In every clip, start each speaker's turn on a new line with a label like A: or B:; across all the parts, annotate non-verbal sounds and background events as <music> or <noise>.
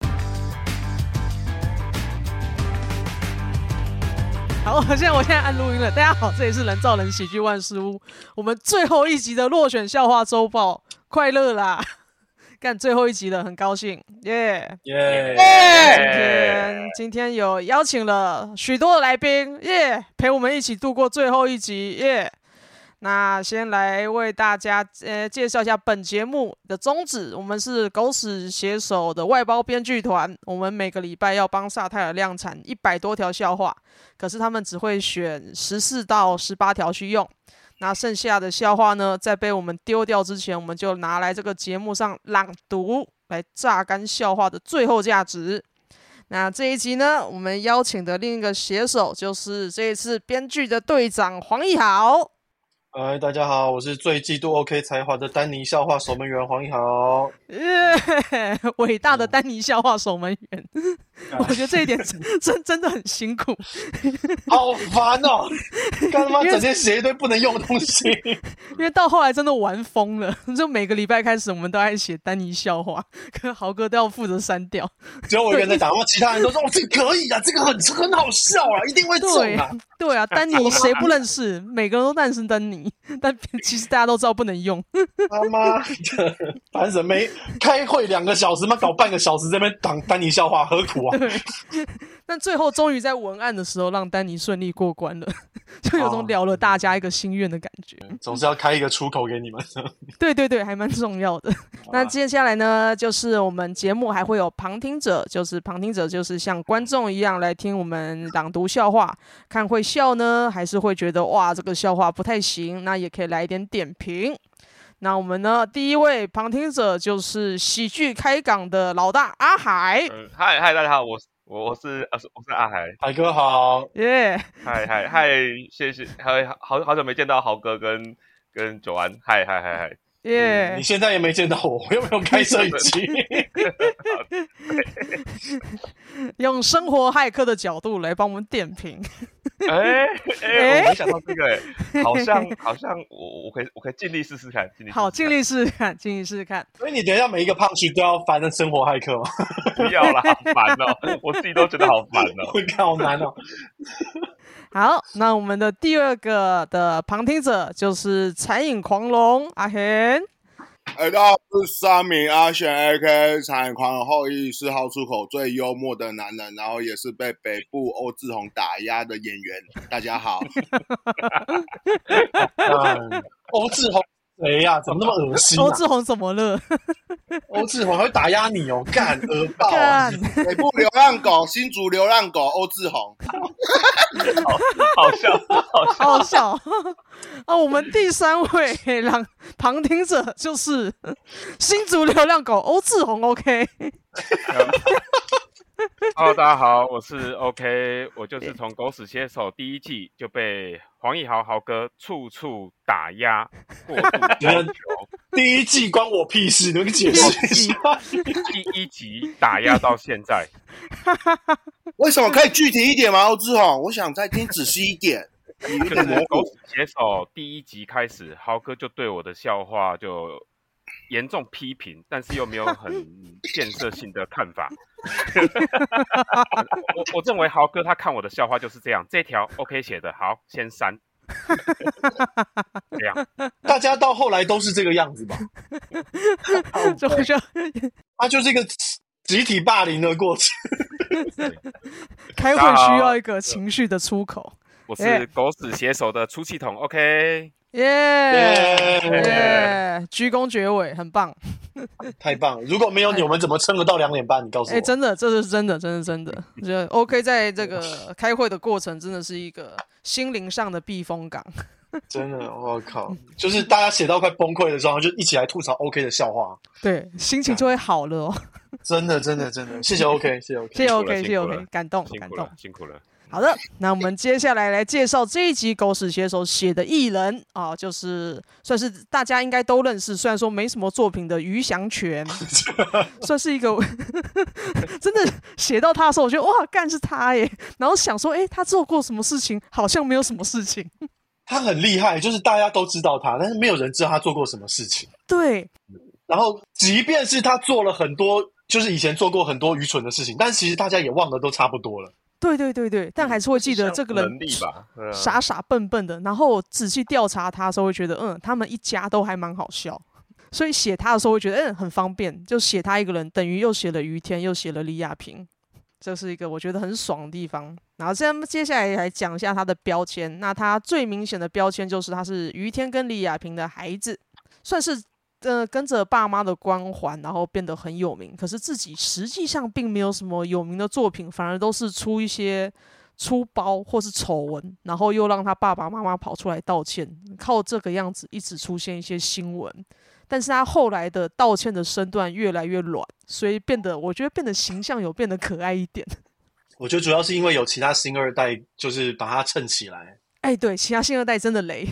A: <laughs> 好，我现在我现在按录音了。大家好，这里是人造人喜剧万事屋，我们最后一集的落选笑话周报，快乐啦！ <laughs> 干最后一集了，很高兴，耶、
B: 耶！
A: 今天今天有邀请了许多的来宾，耶、陪我们一起度过最后一集，耶、那先来为大家呃介绍一下本节目的宗旨，我们是狗屎写手的外包编剧团，我们每个礼拜要帮萨泰尔量产一百多条笑话，可是他们只会选十四到十八条去用。那剩下的笑话呢，在被我们丢掉之前，我们就拿来这个节目上朗读，来榨干笑话的最后价值。那这一集呢，我们邀请的另一个写手就是这一次编剧的队长黄奕豪。
B: 哎，大家好，我是最嫉妒 OK 才华的丹尼笑话守门员黄一豪。
A: 耶， <laughs> 伟大的丹尼笑话守门员，我觉得这一点真 <laughs> 真真的很辛苦。
B: 好烦哦！
A: <laughs>
B: 干他妈
A: 因为
B: 整天写一堆不能用的东
A: <laughs>
B: 西。
A: 因为到后来真的玩疯了，就每个礼拜开始我们都爱写丹尼笑话，可豪哥都要负责删掉。
B: 只有我一个人在打，然后其他人都说：“哦，这可以啊，这个很很好笑啊，一定会中
A: 对
B: 啊。
A: 对啊，丹尼谁不认识？每个人都诞生丹尼，但其实大家都知道不能用。”
B: 他妈的，烦死！没开会两个小时，妈搞半个小时这边挡丹尼笑话，何苦啊？
A: 对，但最后终于在文案的时候让丹尼顺利过关了， <laughs> 就有种
B: 哦嗯
A: 了了大家一个心愿的感觉。
B: 总是要开一个出口给你们。
A: 对对对，还蛮重要的。那接下来呢，就是我们节目还会有旁听者，就是旁听者就是像观众一样来听我们朗读笑话，看会笑呢，还是会觉得哇这个笑话不太行，那也可以来一点点评。那我们呢，第一位旁听者就是喜剧开港的老大阿海， <laughs>
C: 嗯，嗨嗨，大家好，我是我我是呃我是阿海，
B: 海哥好，
A: 耶、
C: 嗨嗨嗨，谢谢，还好好久没见到豪哥跟跟九安，嗨嗨嗨嗨，
A: 耶、
B: 你现在也没见到我，我又没有开摄影
A: <laughs>
B: 机。
A: 用生活骇客的角度来帮我们点评，哎
C: 哎哎，我没想到这个，哎，好像好像我我可以我可以尽力试试看，尽力试试看
A: 好，尽，力试试看， <laughs> 尽力试试看。
B: 所以你等一下每一个胖区都要翻生活骇客吗？哦
C: 不要啦，好烦哦，我自己都觉得好烦哦，
B: 我靠，好难哦！
A: 好，那我们的第二个的旁听者就是残影狂龙阿贤，
D: 哎，大家好，我是三名阿选 A.K. 产业狂人后裔，是好出口最幽默的男人，然后也是被北部欧志宏打压的演员。大家好，
B: 嗯欧志宏谁呀、怎么那么恶心、啊？
A: 周志宏怎么了？
B: 欧志宏还会打压你哦，干恶
A: <laughs>
B: 爆、啊！
A: 看，
D: 北部流浪狗，新竹流浪狗欧志宏。
A: <laughs>
C: 好笑，好笑，
A: 好好笑 <laughs> 啊！我们第三位让旁听者就是 <laughs> 新竹流浪狗欧志宏，OK，
E: Hello，大家好，我是 OK，我就是从《狗屎写手》第一季就被黄奕豪豪哥处处打压，
A: <laughs>
E: 过度要求，
B: 第一季关我屁事，你们解释一下。
A: <laughs>
E: 第一集打压到现在，
D: 为什么可以具体一点吗？欧志宏，我想再听仔细一点。你有
E: 就
D: 点
E: 是
D: 模
E: 《狗
D: 糊。
E: 屎写手》第一集开始，豪哥就对我的笑话就严重批评，但是又没有
A: <laughs>
E: 很建设性的看法。我我认为豪哥他看我的笑话就是这样，这条 OK 写的好，先删，这样。
B: <laughs> 大家到后来都是这个样子吧？
A: <laughs> 就我觉得
B: 他就是一个集体霸凌的过程。
A: 开
E: 大
A: 会
E: 家好
A: 需要一个情绪的出口，
E: 我
A: 耶
E: 是狗屎写手的出气筒，OK，
A: 耶
B: 耶
A: 耶，鞠躬结尾，很棒。
B: 太棒了！如果没有你，我们怎么撑得到两点半？你告诉
A: 哎、
B: 我。
A: 真的，这是真的，真的真
E: <laughs>
A: 的。我觉得 OK，在这个开会的过程，真的是一个心灵上的避风
E: <laughs>
A: 港。
B: 真的，我靠！就是大家写到快崩溃的时候，就一起来吐槽 OK 的笑话。
A: 对，心情就会好了哦。
B: 真的，真的，真的，谢谢 OK，谢谢 OK。
A: 谢谢
E: <laughs> 辛苦了
A: OK，谢谢
E: 辛苦了
A: OK，感动
E: 辛
A: 感
E: 苦
A: 动
E: 了。，辛苦了。
A: 好的，那我们接下来来介绍这一集《狗屎写手》写的艺人啊，就是算是大家应该都认识，虽然说没什么作品的于祥
E: <laughs>
A: 全，算是一个 <laughs> 真的写到他的时候，我觉得哇，干是他耶。然后想说，哎、他做过什么事情？好像没有什么事
E: <laughs>
A: 情。
B: 他很厉害，就是大家都知道他，但是没有人知道他做过什么事情。
A: 对，
B: 然后，即便是他做了很多，就是以前做过很多愚蠢的事情，但其实大家也忘得都差不多了。
A: 对对对对，但还是会记得
C: 像
A: 这个
C: 能
A: 人
C: 力吧，对啊
A: 傻傻笨笨的。然后我仔细调查他的时候，会觉得嗯，他们一家都还蛮好笑。所以写他的时候，会觉得嗯很方便，就写他一个人，等于又写了于天，又写了李亚平，这是一个我觉得很爽的地方。然后这样接下来来讲一下他的标签。那他最明显的标签就是他是于天跟李亚平的孩子，算是呃跟着爸妈的光环，然后变得很有名。可是自己实际上并没有什么有名的作品，反而都是出一些粗包或是丑闻，然后又让他爸爸妈妈跑出来道歉，靠这个样子一直出现一些新闻。但是他后来的道歉的身段越来越软，所以变得我觉得变得形象有变得可爱一点。 <laughs>
B: 我觉得主要是因为有其他星二代，就是把它衬起来。
A: 哎，对，其他星二代真的雷，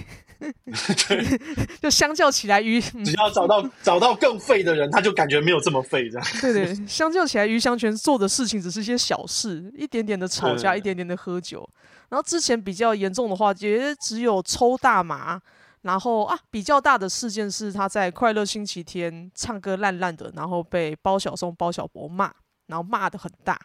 A: <laughs> 就相较起来于，嗯
B: 只要
A: <laughs>
B: 找到找到更废的人，他就感觉没有这么废这样。 <laughs>
A: 对对，相较起来于香泉做的事情只是一些小事，一点点的吵架，
B: 对
A: 一点点的喝酒。然后之前比较严重的话，也只有抽大麻。然后啊，比较大的事件是他在快乐星期天唱歌烂烂的，然后被包小松、包小博骂，然后骂的很大。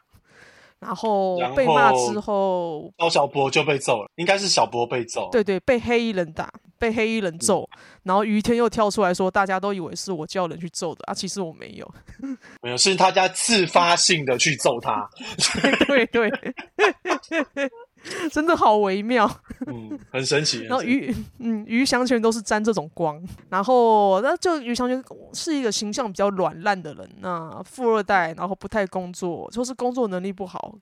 A: 然后
B: 然
A: 被骂
B: 后
A: 之后，
B: 高小博就被揍了，应该是小博被揍。，
A: 对对，被黑衣人打，被黑衣人揍，
B: 嗯
A: 然后于天又跳出来说，大家都以为是我叫人去揍的啊，其实我没有。
B: 没有是他家自发性的去揍
A: <laughs>
B: 他。
A: 对对， <laughs> 真的好微妙。
B: 嗯，很神奇。
A: 然后于嗯于祥全都是沾这种光，然后那就于祥全是一个形象比较软烂的人，那富二代，然后不太工作，就是工作能力不好，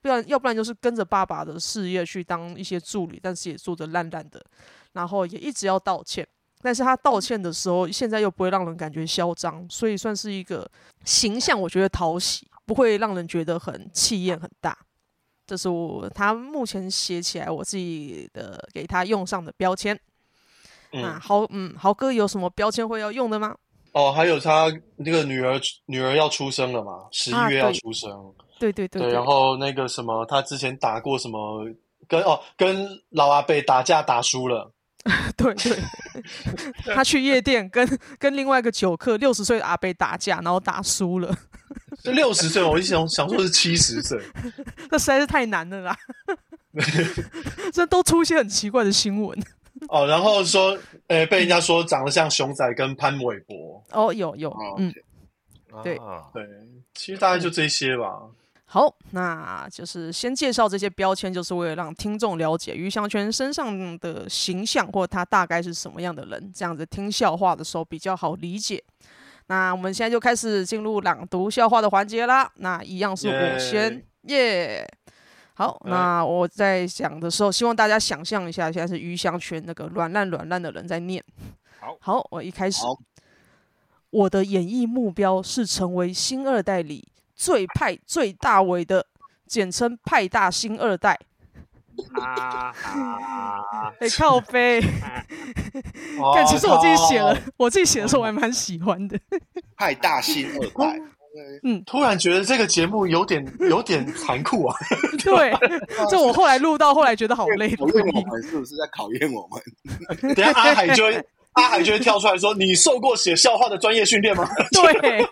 A: 不然要不然就是跟着爸爸的事业去当一些助理，但是也做的烂烂的，然后也一直要道歉。但是他道歉的时候，现在又不会让人感觉嚣张，所以算是一个形象，我觉得讨喜，不会让人觉得很气焰很大。这是我他目前写起来我自己的给他用上的标签。那
B: 嗯，
A: 豪嗯豪哥有什么标签会要用的吗？
B: 哦，还有他那个女儿，女儿要出生了嘛，十
A: 啊
B: 一月要
A: 对
B: 出生。
A: 对对对
B: 对，然后那个什么，他之前打过什么，跟哦跟老阿贝打架打
A: <laughs>
B: 输了，
A: 对对，
B: <laughs>
A: 他去夜店跟跟另外一个酒客六十岁的阿贝打架，然后打输了， <laughs>
B: 就六十岁，我一想想说是七十岁，
A: 这实在是太难了
B: <laughs>
A: 啦。 <laughs> 这都出一些很奇怪的新闻
B: 哦，然后说，呃，被人家说长得像熊仔跟潘玮柏，
A: 哦，有有
D: 哦，
A: 嗯，对
B: <laughs>
E: <laughs>
C: 啊
B: 对，其实大概就这些吧。
A: <laughs> 好，那就是先介绍这些标签，就是为了让听众了解于香圈身上的形象，或他大概是什么样的人，这样子听笑话的时候比较好理解。那我们现在就开始进入朗读笑话的环节啦。那一样是我先耶。好，
B: 哎
A: 那我在讲的时候，希望大家想象一下，现在是于香圈那个软烂软烂的人在念。
E: 好
A: 好，我一开始
D: 好，
A: 我的演艺目标是成为新二代里最派最大尾的，简称派大星二代。
E: 啊哈！
A: 哎、 <laughs> 靠背，
D: 哦
A: 但其实我自己写
B: 哦
A: 了，我自己写的时候我还蛮喜欢 <laughs> 的。
D: 派大星二代，
B: 突然觉得这个节目有点 <laughs> 有点残酷啊！
A: 对， <laughs> 这我后来录到后来觉得好累的
D: 考
A: 回
D: 验我
A: 忆。
D: 们是不是在考验我们？
B: 等一下阿海就会阿海就会跳出来说：“你受过写笑话的专业训
A: <laughs>
B: 练吗
A: 对，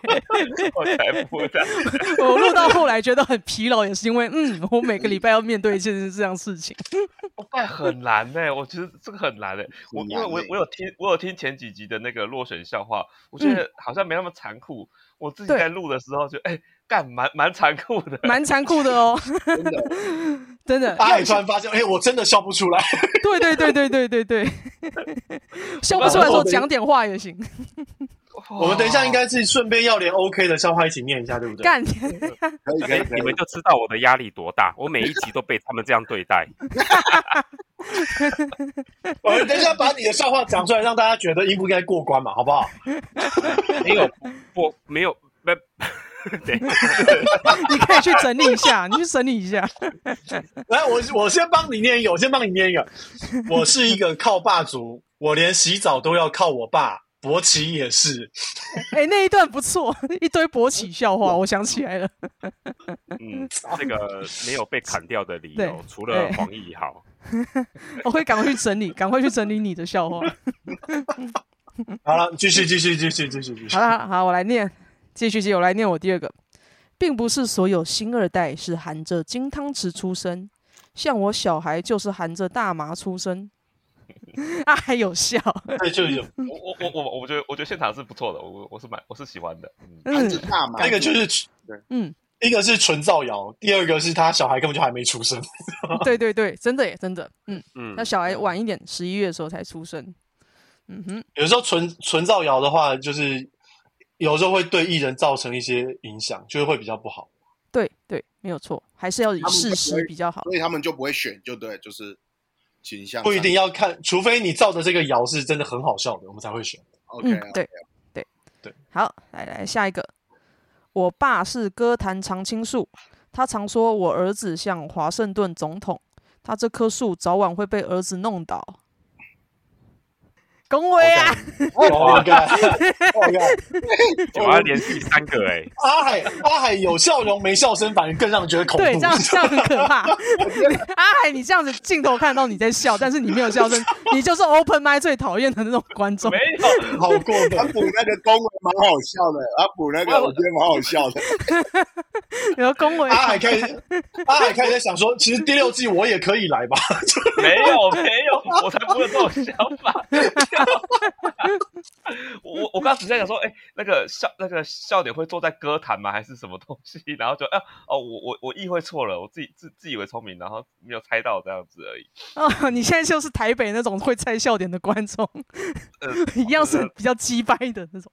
C: 我才不在。
A: 我录到后来觉得很疲劳，也是因为嗯，我每个礼拜要面对一件这样事
D: <laughs>
A: 情。
C: 我盖哦很难呢、我觉得这个
E: <laughs>
C: 很难呢、我
D: 很
C: 因为
D: 难
C: 我
D: 欸
C: 我有听我有听前几集的那个落选笑话，我
E: 嗯
C: 觉得好像没那么残酷。我自己
A: 对
C: 在录的时候就哎干蛮蛮残酷的，
A: 蛮残酷的哦，
D: 真的，
A: <laughs> 真？”的。
B: 阿海突然发现，哎、我真的笑不出来。
A: <laughs> 对对对对对对对，笑不出来的时候讲点话也行。
B: 我们等一下应该是顺便要连 OK 的笑话一起念一下，对不对？
A: 干，
D: 可以可
E: 哎
D: 以可
E: 你们
D: 以，
E: 就知道我的压力多大，我每一集都被他们这样对待。
B: <laughs> 我们等一下把哦你的笑话讲出来，让大家觉得应不应该过关嘛，好不好？
E: 没有不没有
C: <laughs>
E: 不，对，
A: 你可以去整理一下，你去整理一下。
B: 来，我我先帮你念一个，我先帮你念一个。我是一个靠爸族，我连洗澡都要靠我爸，勃起也是。
A: <laughs> 哎、那一段不错，一堆勃起笑话，我想起来了。
E: 嗯，这个没有被砍掉的理由
A: 对，
E: 除了黄奕
C: <laughs>
E: 豪，
A: 我会赶快去整理，赶快去整理你的笑话。
B: 好了，继续继续继续继续继续
A: 好。了，好，我来念，继续接，我来念我第二个。并不是所有星二代是含着金汤匙出生，像我小孩就是含着大麻出生。 <laughs> 啊，还有笑，
B: 对，就有
C: 我我我我我觉得我觉得现场是不错的，我我是蛮我是喜欢的。嗯，
D: 还
A: 嗯
D: 是大麻，
B: 那个就是
A: 嗯，
B: 一个是纯造谣，第二个是他小孩根本就还没出生。
A: 对对对，真的耶，真的，嗯，
E: 嗯
A: 那，小孩晚一点，十一月的时候才出生。嗯哼，
B: 有时候纯纯造谣的话，就是有时候会对艺人造成一些影响，就是会比较不好。
A: 对对，没有错，还是要以
D: 他们
A: 事
D: 就不
A: 实
D: 会
A: 比较好。
D: 所以他们就不会选，就对，就是倾向
B: 不一定要看，除非你造的这个谣是真的很好笑的，我们才会选。
D: OK，
A: 嗯，对对
B: 对。
A: 好，来来下一个，我爸是歌坛常青树，他常说我儿子像华盛顿总统，他这棵树早晚会被儿子弄倒。恭维啊！
B: 我干，我干！
E: 九安连续三个
C: <laughs>
E: 哎，
B: 阿海阿海有笑容没笑声，反而更让人觉得恐怖。 <laughs>
A: 对，这样这样很可怕。 <laughs> 阿海，你这样子镜头看到你在笑，但是你没有笑声，你就是 open m i 最讨厌的那种观众
C: 没。有，
B: 好过
D: 他
B: 分。
D: 补那个公文蛮好笑的，他补那个我觉得蛮好笑
A: <laughs>
D: 的。
A: 然后恭维
B: 阿海开始，阿海开始在想说，其实第六季我也可以来吧。
C: 没有没有，
B: <laughs>
C: 我才不会有这种想法。我我刚刚只在想说，哎、那个笑那个笑点会坐在歌坛吗？还是什么东西？然后就啊哦，我我我意会错了，我自己自自以为聪明，然后没有猜到这样子而已。
A: 哦，你现在就是台北那种会猜笑点的观众，
C: 呃，
A: <laughs> 一样是比较鸡掰的那种。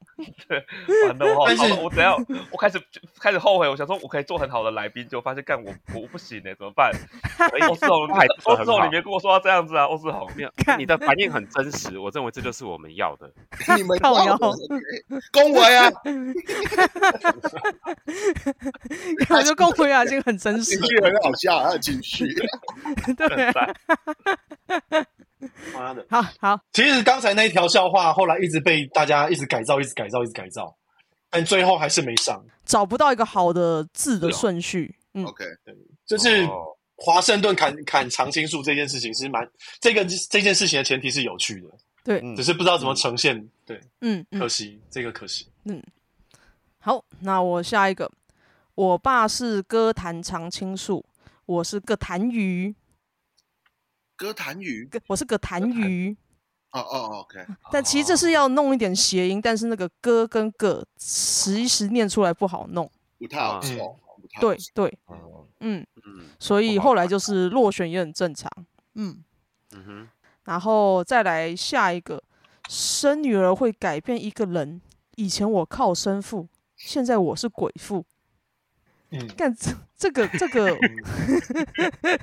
C: 完了，我好
B: 但是
C: 好我等一下我开始开始后悔，我想说我可以做很好的来宾，就发现干我我不行哎、怎么
B: <laughs>
C: 办？哎欧志宏，
E: 他还做
C: 欧
E: 得
C: 志
E: 很
C: 宏，
E: 好
C: 你别跟我说要这样子啊，欧志宏。
E: 没有
A: 看，
E: 你的反应
C: <laughs>
E: 很真实，我认为这就是我们要的。
D: 你们
A: 靠腰
D: <laughs> 公文啊，
A: 我就共辉啊，这个很真实
D: 情，绪很好笑，他的情绪。
A: 对啊。
B: 妈的！
A: 好好，
B: 其实刚才那一条笑话，后来一直被大家一直改造，一直改造，一直改造，但最后还是没上。
A: 找不到一个好的字的
E: 是哦
A: 顺序。嗯，
D: OK，
B: 就是
E: 哦
B: 华盛顿砍砍常青树这件事情是蛮这个这件事情的前提是有趣的，
A: 对，
E: 嗯
B: 只是不知道怎么呈现。对，
A: 嗯嗯
B: 可。惜这个可惜。
A: 好，那我下一个，我爸是歌坛常青树，我是个痰盂，
D: 歌坛语，
A: 个我是个痰盂。
D: 哦哦哦，OK，
A: 但其实这是要弄一点谐音，但是那个歌跟个时一时念出来不好弄。
D: 不太好
A: 嗯
D: 笑，不太好
A: 对
D: 笑
A: 对，
E: 哦
A: 嗯，
E: 嗯
A: 所以
E: 不好
A: 后来就是落选也很正常。嗯，
E: 嗯哼，
A: 然后再来下一个，生女儿会改变一个人。以前我靠生父，现在我是鬼父。
B: 嗯
A: 干这这个这个，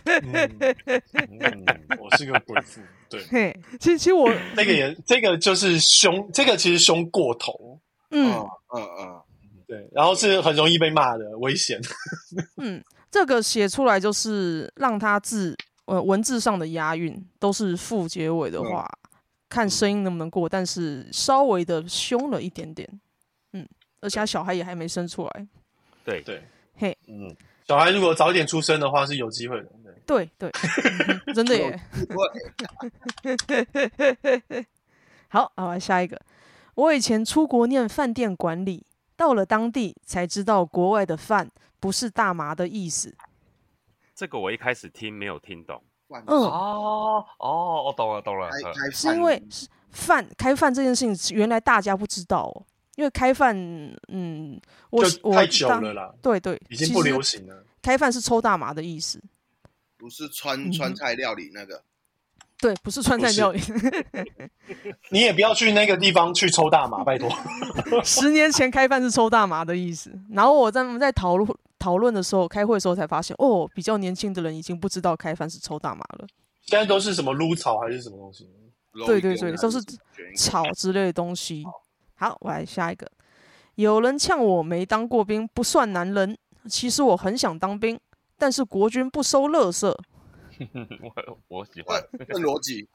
B: 嗯，
E: 嗯
B: 我是个鬼父。对，
A: 嘿，其实其实我，
B: 这个 <laughs> 也这个就是凶，这个其实凶过头。
A: 嗯
D: 嗯嗯嗯，
B: 对，然后是很容易被骂的，危险。
A: 嗯，这个写出来就是让他字呃文字上的押韵都是副结尾的
D: 嗯
A: 话，看声音能不能过，但是稍微的凶了一点点，嗯，而且他小孩也还没生出来，
E: 对，
B: 对，
A: 嘿，
E: 嗯，
B: 小孩如果早点出生的话是有机会的。对，
A: 对对，嗯哼真
B: <laughs>
A: 的耶。
D: 对，
B: 啊
A: <laughs> 好，好，来下一个。我以前出国念饭店管理，到了当地才知道国外的饭不是大麻的意思。
E: 这个我一开始听没有听懂，
A: 嗯，
C: 哦哦，我懂了懂了，
D: 开
C: 嗯
D: 开
A: 是因为是饭开饭这件事情，原来大家不知道哦。因为开饭，嗯，我
B: 就是
A: 我
B: 太久
A: 当
B: 了啦，
A: 对对，
B: 已经
A: 其
B: 不
A: 实
B: 流行了。
A: 开饭是抽大麻的意思，
D: 不是川川菜料理那个，
A: 对，不是川菜料理。
B: 你也不要去那个地方去
A: <laughs>
B: 抽大麻，拜托。
A: 十年前开饭是抽大麻的意思。然后我在我们在讨论讨论的时候，开会的时候才发现，哦，比较年轻的人已经不知道开饭是抽大麻了。
B: 现在都是什么撸草还是什么东西？
A: 嗯对对对都是草之类的东西。
B: 哦
A: 好，我来下一个。有人呛我没当过兵不算男人，其实我很想当兵，但是国军不收垃圾，
C: <laughs> 我我喜欢。
D: 对，顺逻辑，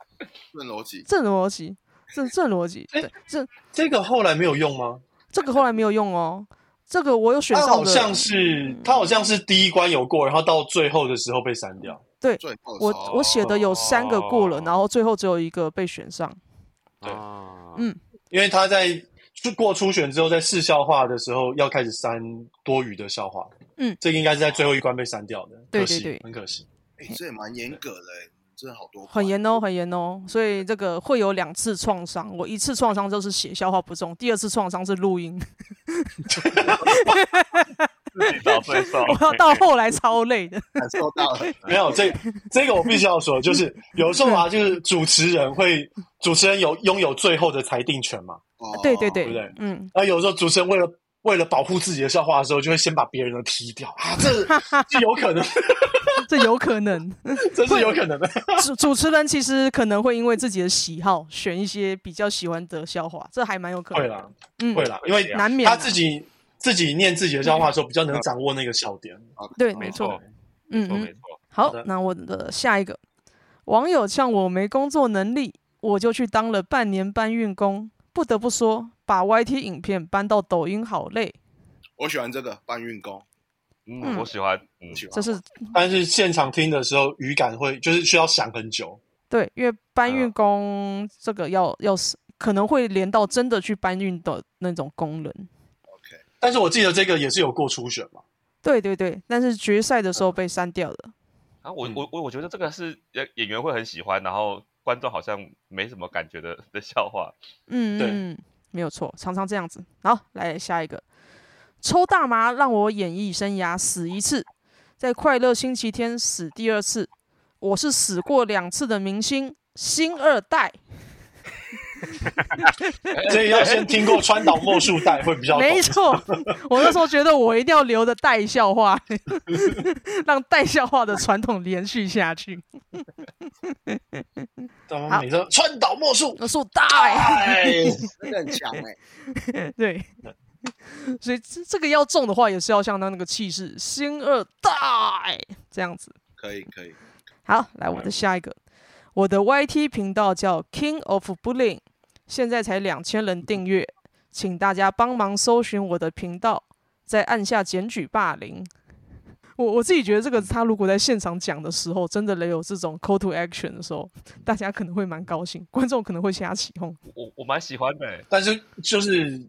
D: 顺逻辑，
A: 这逻辑，这这逻
B: <laughs>
A: 辑，
B: 哎
A: 对，这
B: 这个后来没有用吗？
A: 这个后来没有用哦。这个我有选
B: 他
A: 上的，嗯
B: 好像是他好像是第一关有过，然后到最后的时候被删掉。
D: 最后
A: 我我写的有三个过了，
E: 哦
A: 然后最后只有一个被选上。
B: 对
E: 哦
A: 嗯
B: 因为他在就过初选之后，在试消化的时候要开始删多余的消化。
A: 嗯，
B: 这个应该是在最后一关被删掉的，
A: 对
B: 可惜
A: 对对
B: 很可惜。
D: 哎、这也蛮严格的、欸，真的好多
A: 很严哦，很严哦，所以这个会有两次创伤。我一次创伤就是写消化不中，第二次创伤是录音， <laughs>
C: 自己找罪受。
A: 我要到后来超累的。
D: 感受到了。
B: 没有这这个我必须要说，就是有时候啊，就是主持人会主持人有拥有最后的裁定权嘛，
D: 哦
A: <laughs> 对对
B: 对不对
A: 对，嗯，
B: 那有时候主持人为了为了保护自己的笑话的时候，就会先把别人的踢掉啊，
A: <laughs>
B: 这这有可能，
A: 这有可能。
B: 这是有可能的。
A: 主主持人其实可能会因为自己的喜好选一些比较喜欢的笑话，这还蛮有可能
B: 会
A: 的。
B: 啦，
A: 嗯，
B: 会啦，因为
A: 难免
B: 他
A: 啊
B: 自己自己念自己的笑话的时候，比较能掌握那个笑点。
A: 对，
C: 没
A: 没错
C: 错。，没
A: 嗯
C: 错，没
A: 嗯，
C: 错。
B: 好
A: 好
B: 的，
A: 那我的下一个网友呛我没工作能力，我就去当了半年搬运工。不得不说，把 YT 影片搬到抖音好累。
D: 哦我喜欢这个搬
A: <laughs>
D: 运工，
C: 嗯，
A: 嗯
C: 我喜欢，嗯
D: 我，喜欢
A: 这是
B: 但是现场听的时候，语感会就是需要想很久。
A: 对，因为搬
C: 嗯
A: 运工这个要要是可能会连到真的去搬运的那种工人。
B: 但是我记得这个也是有过初选嘛，
A: 对对对，但是决赛的
B: 哦
A: 时候被删掉了。
C: 啊，我
B: 嗯
C: 我我我觉得这个是呃演员会很喜欢，然后观众好像没什么感觉的的笑话。
A: 嗯，
B: 对
A: 嗯，没有错，常常这样子。好，来下一个，抽大麻让我演艺生涯死一次，在快乐星期天死第二次，我是死过两次的明星，星二代，
B: 所以要先听过川岛莫树带会比较懂。
A: 没错。 <laughs> 我那时候觉得我一定要留着带笑话， <laughs> 让带笑话的传统连续下去。
B: 懂
A: 好
B: 你说川岛莫树，
A: 我说带，
B: 哎，
D: 这个很强哎、
A: 欸 <laughs> 对。所以这这个要中的话，也是要像他那个气势，星二代这样子。
D: 可以可以。
A: 好，来我的下一个，我的 YT 频道叫 King of Bullying，现在才两千人订阅，请大家帮忙搜寻我的频道，再按下检举霸凌。我我自己觉得这个，他如果在现场讲的时候，真的有这种 call to action 的时候，大家可能会蛮高兴，观众可能会瞎起哄。
C: 我我蛮喜欢的欸，
B: 但是就是对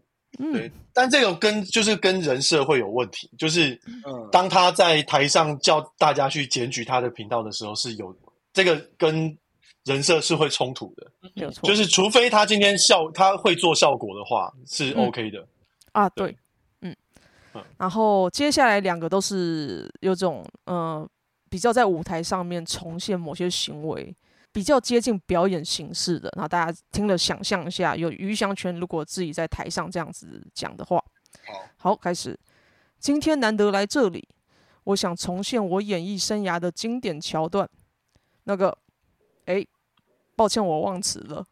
A: 嗯，，
B: 但这个跟就是跟人设会有问题，就是
D: 嗯，
B: 当他在台上叫大家去检举他的频道的时候，是有这个跟人设是会冲突的，
A: 没有错，
B: 就是除非他今天效他会做效果的话是
A: 嗯
B: OK 的，
A: 啊，
B: 对
A: 对，嗯
B: 嗯，
A: 然后接下来两个都是有种呃比较在舞台上面重现某些行为，比较接近表演形式的。然后大家听了想象一下，有余祥全如果自己在台上这样子讲的话，
D: 好，
A: 好，开始。今天难得来这里，我想重现我演艺生涯的经典桥段。那个，哎，抱歉，我忘词了。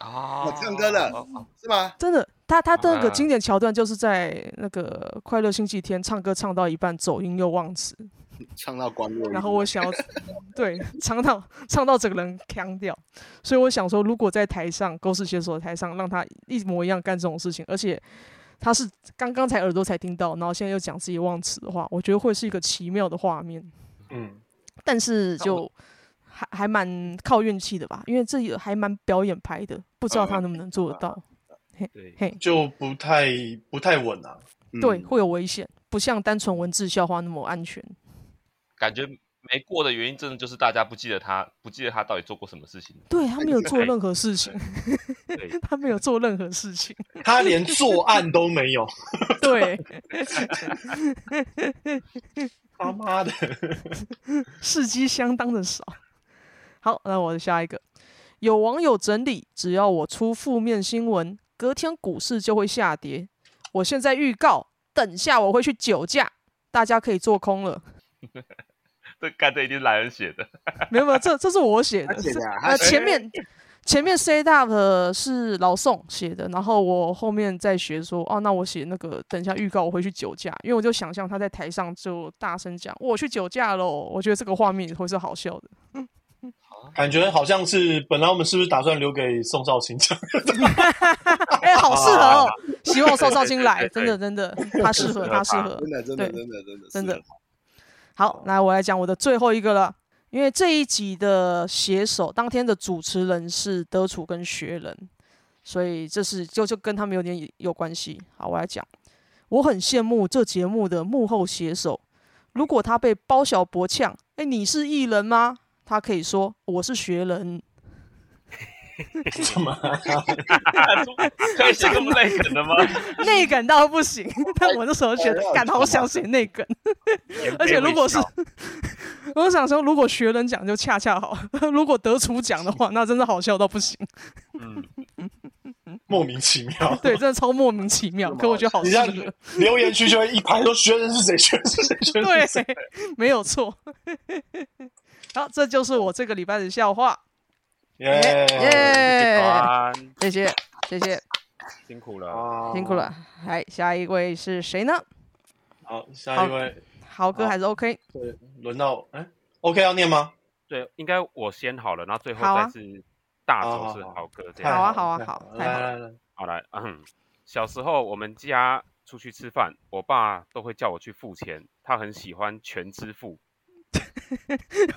C: 啊，
D: 我唱歌了
C: 哦哦
D: 是吗？
A: 真的，他他的那个
C: 啊
A: 经典桥段就是在那个《快乐星期天》唱歌唱到一半走音又忘词，
D: 唱到关落，
A: 然后我
C: <laughs>
A: 想要对唱到唱到整个人腔掉，所以我想说，如果在台上狗屎写手台上让他一模一样干这种事情，而且他是刚刚才耳朵才听到，然后现在又讲自己忘词的话，我觉得会是一个奇妙的画面。
B: 嗯，
A: 但是
C: 那我
A: 就还还蛮靠运气的吧，因为这也还蛮表演派的，不知道
C: 呃
A: 他能不能做得
C: 啊
A: 到。 <laughs>
C: 对，
A: 嘿，
B: 就不太不太稳啊。
D: 嗯
A: 对，会有危险，不像单纯文字笑话那么安全。
C: 感觉没过的原因，真的就是大家不记得他，不记得他到底做过什么事情。
A: 对他没有做
C: 还
A: 任何事情，
C: 对，
A: <laughs> 他没有做任何事 <laughs> 情。
B: 他连作案都没有，
A: 对，
B: 他
A: <laughs>
B: 妈的！
A: 事迹相当的少。好，那我的下一个，有网友整理，只要我出负面新闻，隔天股市就会下跌。我现在预告，等下我会去酒驾，大家可以做空了。 <laughs>
C: 这干这一定是莱恩写的， <laughs>
A: 没有没有，这这是我写
D: 他
A: 的，
D: 写的啊
A: 这
D: 他
A: 呃，
D: 写
A: 前面前面 set up 的是老宋写的，然后我后面再学说，哦，那我写那个，等一下预告我会去酒驾，因为我就想象他在台上就大声讲我去酒驾喽，我觉得这个画面也会是好笑的。
B: 感觉好像是本来我们是不是打算留给宋少卿讲？
A: 哎、好适合哦，希望邵少卿来，
C: 对对
A: 真
C: 对
A: 的真的，他适合，他适合。
D: 真的真的
A: 对
D: 真的真的
A: 真的
D: 是
A: 好，来我来讲我的最后一个了，因为这一集的写手当天的主持人是德楚跟学人，所以这是就就跟他们有点有关系。好，我来讲，我很羡慕这节目的幕后写手，如果他被包小博呛，哎、你是艺人吗？他可以说我是学人，
B: 什么？
C: 可以写这么内梗的吗？ <laughs>
A: 内梗到不行。但我那时候觉得
B: 啊
D: 哎，
A: 干
D: 那
A: 好
D: 我
A: 想写内梗，
E: 言
A: 而且
E: 非
A: 如
E: 会
A: 果是
E: 笑
A: 我想说，如果学人奖就恰恰好，如果得主奖的话，那真的好笑到不行。
E: 嗯，
B: 莫名其妙。
A: 对，真的超莫名其妙，可我觉得好
B: 你
A: 适
B: 像
A: 合。
B: 留言区就会一排都学人是谁，学人是谁，学人
A: 对
B: <laughs> 是谁。，
A: 没有错。 <laughs> 好，这就是我这个礼拜的笑话，
B: 耶！
A: 耶、
E: 关
A: 谢谢，谢谢，
E: 辛苦了，
B: 啊
A: 辛苦。了。来，下一位是谁呢？
B: 好，下一位，
A: 豪哥
B: 好
A: 还是 OK？ <laughs>
B: 对，轮到哎，OK 要念吗？
E: 对，应该我先好了，然后最后
A: 好啊哦
E: 再是大
B: 好
E: 头
B: 好
E: 是
B: 好
E: 豪哥这
B: 太
E: 样。
A: 好啊
B: 了
A: 好啊好
B: 太
A: 太
B: 来
A: 好
B: 来来，
E: 好来，嗯，小时候我们家出去吃饭，我爸都会叫我去付钱，他很喜欢全支付。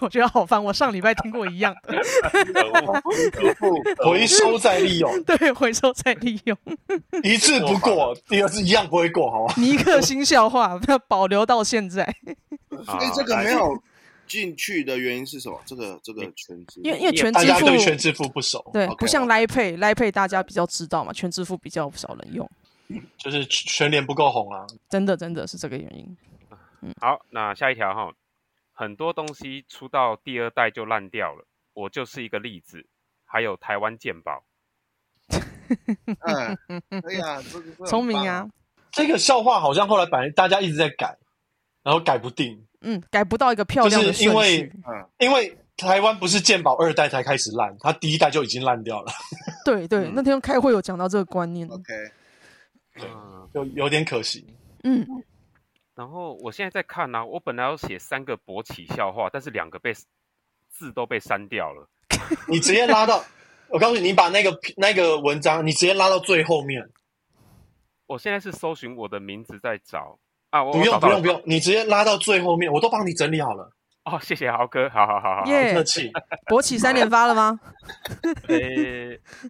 A: 我觉得好烦，我上礼拜听过一样 <laughs> 的，
C: 可恶！
B: 回收再利用，
A: 对，回收再利用，
B: 一次不
A: <laughs>
B: 过，第二次一样不会过，好吗？
A: 尼克新笑话，要保留到现在，
D: 所以这个没有进去的原因是什么？这个这个全职，
A: <laughs> 因为因为
E: 也
A: 全
B: 大
A: 支
B: 家
A: 付
B: 对全支付不熟，
A: 对
D: OK，
A: 不像
D: 好
A: 来配，来配大家比较知道嘛，全支付比较少人用，
B: 就是全联不够红啊。
A: 真的真的是这个原因。
E: 好，那下一条哈，很多东西出到第二代就烂掉了，我就是一个例子。还有台湾鉴宝，
D: 嗯，可以啊，这个
A: 聪明啊，，
B: 这个笑话好像后来反正大家一直在改，然后改不定，
A: 嗯，改不到一个漂亮的
B: 就是因
A: 顺
B: 为
D: 嗯
A: 序。
D: 啊
B: 因为台湾不是鉴宝二代才开始烂，它第一代就已经烂掉了，
A: 对对，
D: 嗯
A: 那天开会有讲到这个观念。
D: OK，
E: 嗯，
B: 就有点可惜。
A: 嗯，
E: 然后我现在在看呢、啊我本来要写三个勃起笑话，但是两个被字都被删掉了。
B: 你直接拉到， <laughs> 我告诉你，你把那个那个文章，你直接拉到最后面，
E: 我现在是搜寻我的名字在找啊，我
B: 不用
E: 我找
B: 不
E: 到了
B: 用不用，你直接拉到最后面，我都帮你整理好了，
E: 哦，谢谢豪哥，好好好好好。
B: 不客
A: 耶，
B: 气。
A: 勃起三连发了吗？
E: 呃，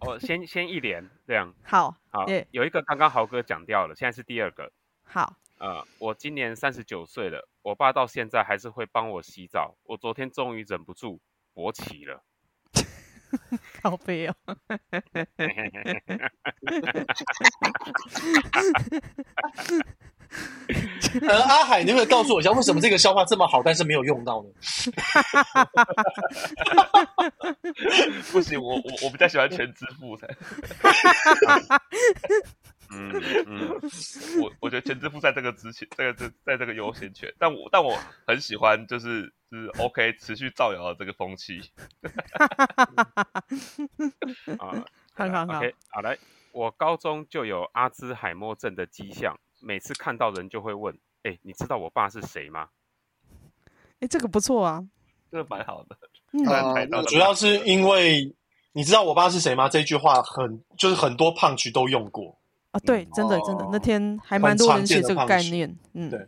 E: 哦，先先一连这样，
A: 好
E: 好
A: 耶，
E: 有一个刚刚豪哥讲掉了，现在是第二个。
A: 好，
E: 呃，我今年三十九岁了，我爸到现在还是会帮我洗澡。我昨天终于忍不住勃起了，
A: 靠背哦，
B: 呃，阿海，你有没有告诉我一下，为什么这个笑话这么好，但是没有用
E: <laughs>
B: 到呢？
C: 不行，我我我比较喜欢全支付才，
E: 嗯嗯，
C: 我我觉得全支付在这个之前，这个这在这个优先权，但我但我很喜欢，就是就是 OK 持续造谣的这个风气。
E: 啊，
A: 很好很好
E: OK，好来，我高中就有阿兹海默症的迹象，每次看到人就会问，哎，你知道我爸是谁吗？
A: 哎，这个不错啊。
C: 这个蛮好的，
A: 嗯
C: 突，然猜到
D: 啊
B: 哦
C: 的
B: 主要是因为你知道我爸是谁吗？这句话很就是很多胖曲都用过。
A: 啊，对，真的真的，那
D: 哦
A: 天还
B: 很
A: 蛮多
B: 常
A: 人
B: 见
A: 写
B: 的
A: 这个
B: 胖
A: 概
B: 式
A: 念，嗯
B: 对，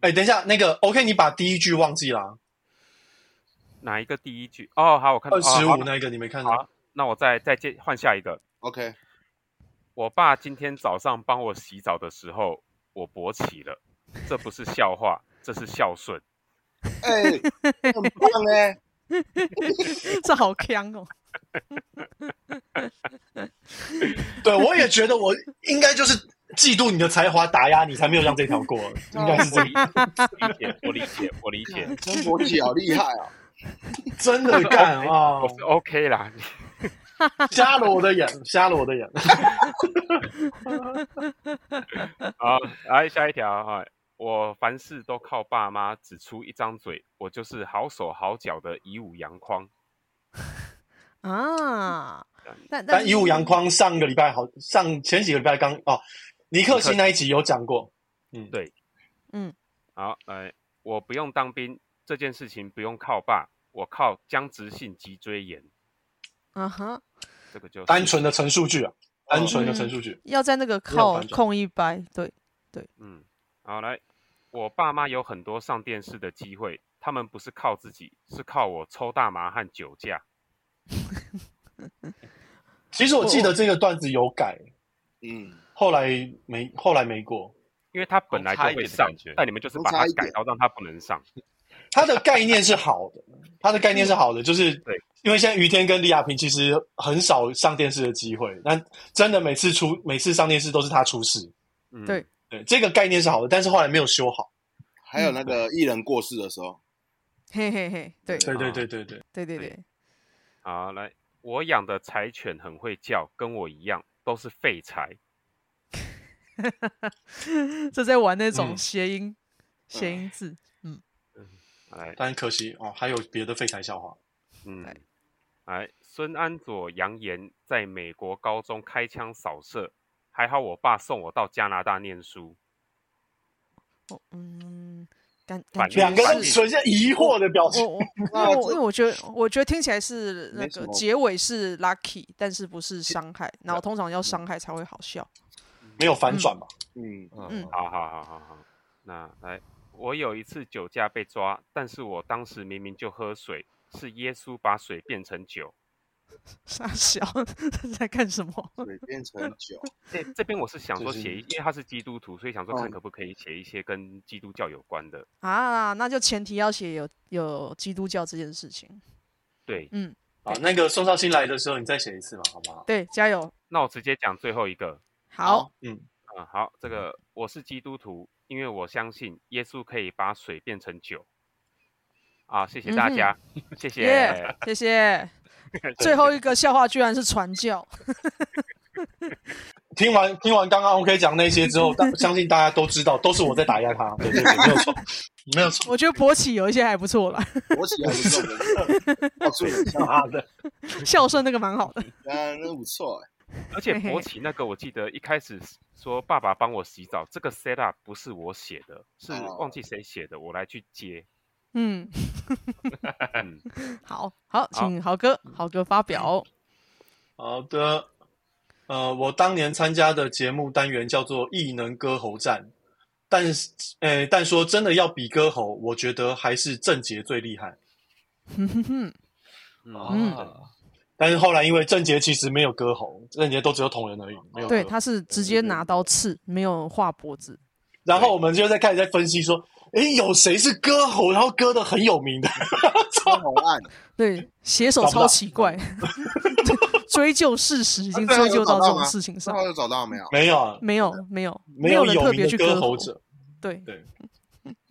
B: 哎，等一下，那个 OK，你把第一句忘记啊啦，
E: 啊哪一个第一句？哦，好，我看到
B: 二十
E: 哦好
B: 五那个你没看
E: 好
B: 到？
E: 那我再再接换下一个。
D: OK，
E: 我爸今天早上帮我洗澡的时候，我勃起了，这不是笑话，这是孝顺。
D: 哎，很棒哎，
A: <laughs> 这好强哦，
B: <laughs> 对，我也觉得我应该就是嫉妒你的才华打压你，才没有让这条过，应该是这
E: 我 <laughs>
B: 样
E: 理理解，我理解，我理解，
D: 真国际好厉害啊！
B: 真的干啊
E: 我！是 OK 啦。
B: 瞎了我的眼，瞎了我的眼。
E: 好，来下一条啊，我凡事都靠爸妈，只出一张嘴，我就是好手好脚的以武扬匡。
A: 啊，但
B: 但一五
A: 是
B: 阳光上个礼拜好，上前几个礼拜刚哦，尼克星那一集有讲过，嗯，
E: 对
A: 嗯，
E: 好，来，我不用当兵这件事情不用靠爸，我靠僵直性脊椎炎，
A: 啊哈，
E: 这个就是
B: 单纯的陈述句啊，单纯的
A: 嗯
B: 陈述句。
A: 要在那个
B: 没有
A: 靠
B: 反转
A: 空一掰，对，
E: 嗯，好来，我爸妈有很多上电视的机会，他们不是靠自己，是靠我抽大麻和酒驾。
B: 其实我记得这个段子有改，
D: 嗯，
B: 后来没后来没过。
E: 因为他本来就会上
C: 好差一点的感觉，
E: 但你们就是
D: 好
E: 把它
D: 差一点
E: 改到让他不能上。
B: 它的概念是好 <laughs> 的，它的概念是好的，就是
E: 对，
B: 因为现在于天跟李亚平其实很少上电视的机会，但真的每次出每次上电视都是他出事。
E: 嗯，
A: 对
B: 对，这个概念是好的，但是后来没有修好。
D: 还有那个
A: 嗯
D: 艺人过世的时候，
A: 嘿嘿嘿，对
B: 对对对
E: 啊
B: 对对，
A: 对对对，
E: 好来，我养的柴犬很会叫，跟我一样都是废柴。
A: <laughs> 这在玩那种
B: 嗯
A: 谐音谐音字，
E: 好来，
B: 但可惜哦，还有别的废柴笑话。
E: 嗯
A: 对，
E: 来，孙安佐扬言在美国高中开枪扫射，还好我爸送我到加拿大念书。
A: 哦嗯，感
E: 反
A: 感觉
B: 两个
A: 是
B: 都存下疑惑的表情
A: 我。我因
D: 那
A: 为我
D: 这
A: 因为我觉得我觉得听起来是那
D: 没什
A: 个
D: 么
A: 结尾是 lucky，但是不是伤害，然后通常要伤害才会好笑。 <laughs>
B: 没有反转吧？
D: 嗯，
A: 嗯
E: 好好好好好，那来，我有一次酒驾被抓，但是我当时明明就喝水，是耶稣把水变成酒。
A: 傻笑， <laughs> 在干什么？
D: 水变成酒，
E: 这这边我是想说
B: 就是
E: 写一，因为他是基督徒，所以想说看
D: 嗯
E: 可不可以写一些跟基督教有关的。
A: 啊，那就前提要写有有基督教这件事情。
E: 对，
A: 嗯，
B: 啊，那个宋少卿来的时候，你再写一次嘛，好不好？
A: 对，加油。
E: 那我直接讲最后一个。
A: 好，
B: 嗯，
E: 啊、好，这个我是基督徒，因为我相信耶稣可以把水变成酒。啊，谢谢大
A: 嗯哼
E: 家， <laughs> 谢谢。
A: 耶，谢 <laughs> 谢。最后一个笑话居然是传教，
B: 听完听完刚刚 OK 讲那些之 <laughs> 后，大相信大家都知道，都是我在打压他。对对对，没有错， <laughs> 没有错。
A: 我觉得勃起有一些还不错啦，
D: 我起来不是
A: <laughs>
D: 我
B: <laughs>
D: 告诉你，
B: 妈的，
A: 笑声那个蛮好的。
D: 啊，那不错哎，
E: 而且
A: 嘿嘿
E: 勃起那个，我记得一开始是说爸爸帮我洗澡，这个 set up 不是我写的，是
D: 哦
E: 忘记谁写的，我来去接。
A: 嗯，
E: 嗯，
A: 好好，请豪哥，豪哥发表。
B: 好的。呃，我当年参加的节目单元叫做《异能歌喉战》，但是，呃，但说真的要比歌喉，我觉得还是郑杰最厉害。
A: 哼哼哼，嗯
C: 啊，
B: 但是后来因为郑杰其实没有歌喉，郑杰都只有捅人而已，没有歌
A: 对，
B: 喉。
A: 他是直接拿刀刺，没有画脖子。
B: 然后我们就在开始在分析说，诶，有谁是歌喉，然后歌的很有名的？ <laughs>
D: 超红案，
A: 对，写手
B: 找不
A: 超
B: 到
A: 奇怪， <laughs> 追究事实已经
D: 最后
A: 追
D: 有
A: 究
D: 找
A: 到这
D: 到
A: 种
D: 吗
A: 事情
D: 最
A: 上，
D: 后有找到没有？
B: 没有啊，
A: 没有没有
B: 没
A: 有
B: 有
A: 人
B: 有
A: 特
B: 名
A: 别去
B: 的歌
A: 喉
B: 喉。者。
A: 对，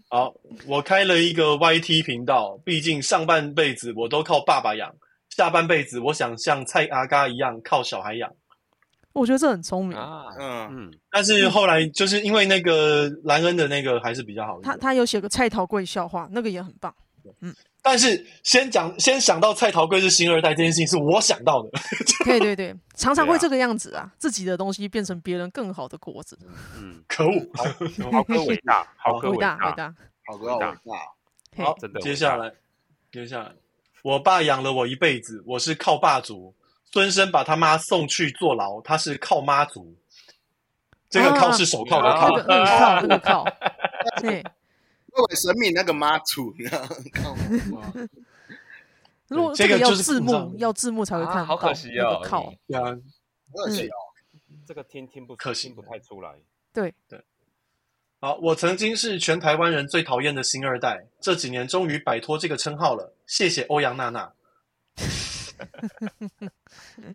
B: 好，我开了一个 YT 频道，毕竟上半辈子我都靠爸爸养，下半辈子我想像蔡阿嘎一样靠小孩养。
A: 我觉得这很聪明。
C: 啊，
D: 嗯，
E: 嗯，
B: 但是后来就是因为那个兰恩的那个还是比较好一
A: 他
B: 点。
A: 他有写个菜桃贵笑话，那个也很棒。
B: 但是先讲先想到蔡桃贵是星二代这件事情是我想到的， <laughs>
A: 对对对，常常
E: 对
A: 会
E: 啊
A: 这个样子啊，自己的东西变成别人更好的果子，
E: 嗯，
B: 可恶。
E: 豪哥伟大，豪哥
A: 伟大伟
E: 大，
A: 大。
D: 好哥好伟大，
A: 嘿，
B: 好
E: 真的
B: 接下来，接下来，我爸养了我一辈子，我是靠爸族。孙生把他妈送去坐牢，他是靠妈族。这个
A: 啊
B: 靠是手铐的
C: 啊
A: 那
B: 铐
A: 个，那个靠那个靠，对。
D: 作哦为神明那个妈祖，你知道吗？
A: 如果
B: 这个
A: 要
B: 就是
A: 字
B: 不知道
A: 幕，要字幕才会
C: 啊
A: 看
C: 好
A: 到。
C: 可惜哦
A: 那个靠，
B: 对啊，
D: 我有去哦，
E: 这个听听不
B: 可惜
E: 听不太出来。
A: 对，
B: 好，我曾经是全台湾人最讨厌的星二代，这几年终于摆脱这个称号了。谢谢欧阳娜娜，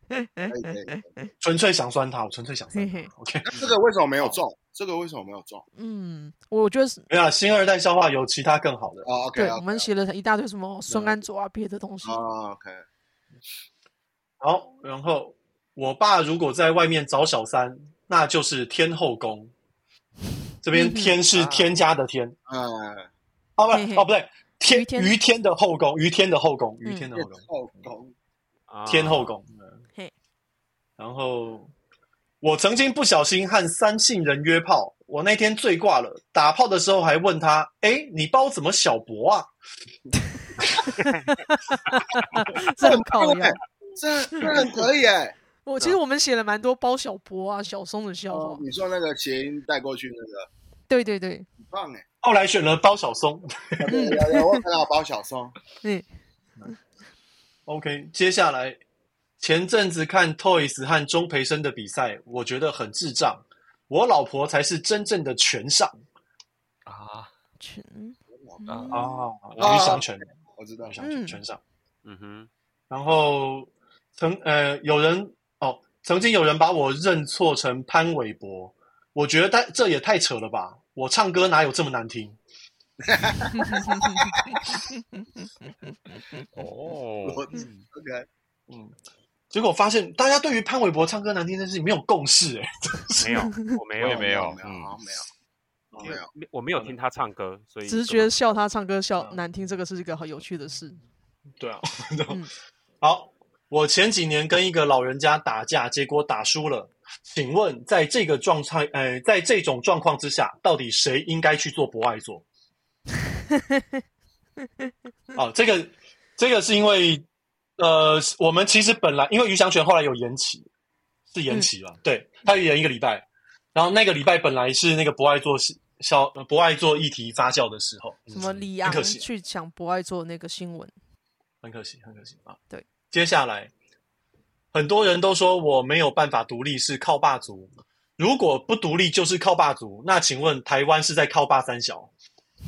D: 可以可以。可以
B: 纯粹想酸他，我纯粹想酸他
A: 嘿嘿。
B: OK，
D: 那这个为什么没有中？这个为什么没有中？
A: 嗯，我觉得是
B: 没有啊星二代笑话有其他更好的。
D: 哦，OK，
A: 对，我们写了一大堆什么孙安佐啊，别的东西。
D: 哦，OK，
B: 好，然后我爸如果在外面找小三，那就是天后宫。这
A: 嗯
B: 边
A: 哼
B: 天是
C: 啊
B: 添加的天，
D: 嗯，
B: 哦
A: 嘿嘿
B: 不哦不对，天
A: 于天
B: 于天的后宫，于天的后宫，于
A: 嗯
B: 天的后宫，
D: 后宫，
E: 啊
B: 天后，宫。嗯
A: 嘿，
B: 然后我曾经不小心和三姓人约炮，我那天醉挂了，打炮的时候还问他：“哎，你包怎么小薄啊
A: 这很靠腰。
D: 这这很可
A: <laughs>
D: 以哎。
A: 我其实我们写了蛮多包小博啊、小松的笑话。
D: 哦你说那个谐音带过去那个，
A: 对对对，
D: 很棒
A: <laughs>
D: 哎。？”
B: 后来选了包小松。
D: 有有有，我有看到包小松，
A: 嗯，
B: OK，接下来前阵子看 Toys 和钟培生的比赛，我觉得很智障。我老婆才是真正的全上
C: 啊
A: 全
C: 啊
B: 啊
A: 嗯，
B: 女上全，
D: 我知道
B: 女，上全
A: 嗯
B: 全上。
E: 嗯哼，
B: 然后曾呃有人哦，曾经有人把我认错成潘玮柏，我觉得太这也太扯了吧！我唱歌哪有这么难听？
A: 嗯
C: 哦
D: 我 OK，
B: 嗯，结果发现大家对于潘玮柏唱歌难听这件事情没有共识、哎，
E: 没有，我没有
C: 我
E: 嗯
C: 也，没
D: 没有，
C: 有
D: 没有没有没有，
E: 没我没有听他唱歌，所以
A: 直
E: 怎么
A: 觉笑他唱歌笑难听，这个是一个好有趣的事。嗯
B: 对啊，好，我前几年跟一个老人家打架，结果打输了。请问，在这个状态，呃，在这种状况之下，到底谁应该去做博爱
A: <laughs>
B: 座？哦，这个，这个是因为，呃，我们其实本来因为于祥全后来有延期，是延期
A: 嗯
B: 了，对他延一个礼拜，然后那个礼拜本来是那个博爱座是小呃博爱座议题发酵的时候，
A: 什么李
B: 很
A: 昂
B: 可惜
A: 去抢博爱做那个新闻，
B: 很可惜，很可惜啊。
A: 对，
B: 接下来很多人都说我没有办法独立，是靠霸族。如果不独立就是靠霸族，那请问台湾是在靠霸三小？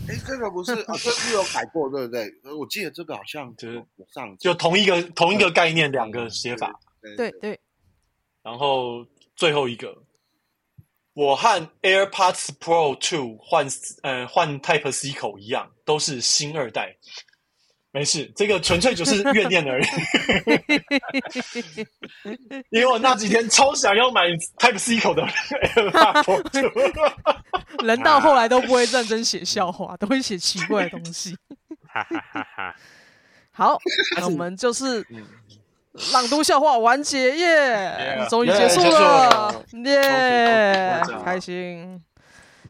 D: 哎，这个不是啊，这是有改过对不对？呃我记得这个好像
B: 就是
D: 有上
B: 就同一个同一个概念，两个写法。
A: 对对，
B: 然后最后一个，我和 AirPods Pro Two 换呃换 Type C 口一样，都是新二代。没事，这个纯粹就是怨念而已。因为我那几天超想要买 Type C 口的 AirPods Pro Two，
A: 人到后来都不会认真写笑话，都会写奇怪的东西。
E: 哈哈哈哈，
A: <laughs> 好，那我们就是朗读笑话完结耶
C: Yeah，
A: 终于
B: yeah，
A: 结束
B: 结束
A: 了
B: 了
A: 耶
B: 恭喜恭喜，
A: 开心，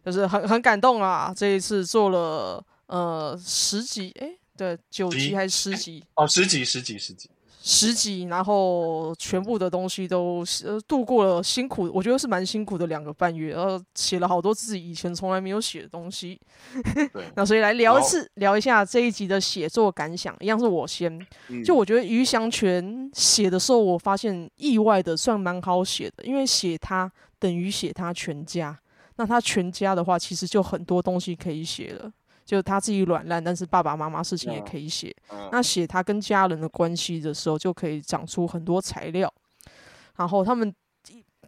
A: 就是很很感动啊！这一次做了呃十集，诶，对，九
B: 集
A: 集还是十集？
B: 哦，十几十几十几，
A: 十集，然后全部的东西都呃度过了辛苦，我觉得是蛮辛苦的两个半月，然后写了好多自己以前从来没有写的东西。
D: 对
A: 那所以来聊一
D: 好
A: 次，聊一下这一集的写作感想，一样是我先。 <laughs>
D: 嗯
A: 就我觉得余祥全写的时候，我发现意外的算蛮好写的，因为写他等于写他全家。那他全家的话，其实就很多东西可以写了，就他自己软烂，但是爸爸妈妈事情也
D: 嗯
A: 可以写。
D: 嗯
A: 那写他跟家人的关系的时候，就可以长出很多材料。然后他们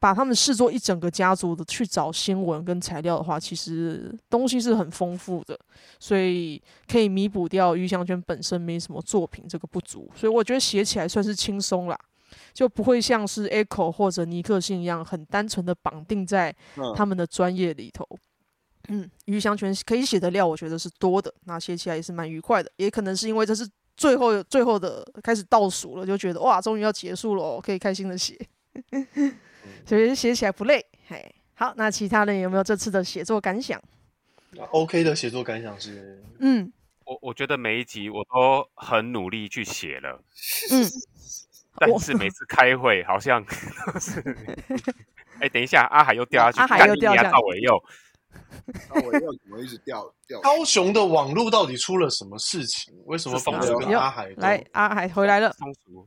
A: 把他们视作一整个家族的去找新闻跟材料的话，其实东西是很丰富的，所以可以弥补掉于祥娟本身没什么作品这个不足。所以我觉得写起来算是轻松啦。就不会像是 Echo 或者尼克星一样很单纯的绑定在
D: 嗯
A: 他们的专业里头。嗯，余祥全可以写的料，我觉得是多的，那写起来也是蛮愉快的。也可能是因为这是最后最后的开始倒数了，就觉得哇，终于要结束了哦，可以开心的写，所以写起来不累。嘿，好，那其他人有没有这次的写作感想？
B: OK 的写作感想是，
A: 嗯
E: 我我觉得每一集我都很努力去写了，
A: 嗯，
E: 但
A: 我
E: 是每次开会好像 <laughs>
A: <laughs>
E: 都是，哎，等一下，阿海又掉下去，
A: 阿海
E: 干
A: 又
E: 你
A: 掉
E: 娘
A: 下
E: 赵伟佑，
D: 那我又怎么一直掉掉？
B: 高雄的网络到底出了什么事情？为什么方
E: 是什
B: 哲
E: 么
B: 跟阿海都
A: 来，阿海回来了，
E: 松鼠，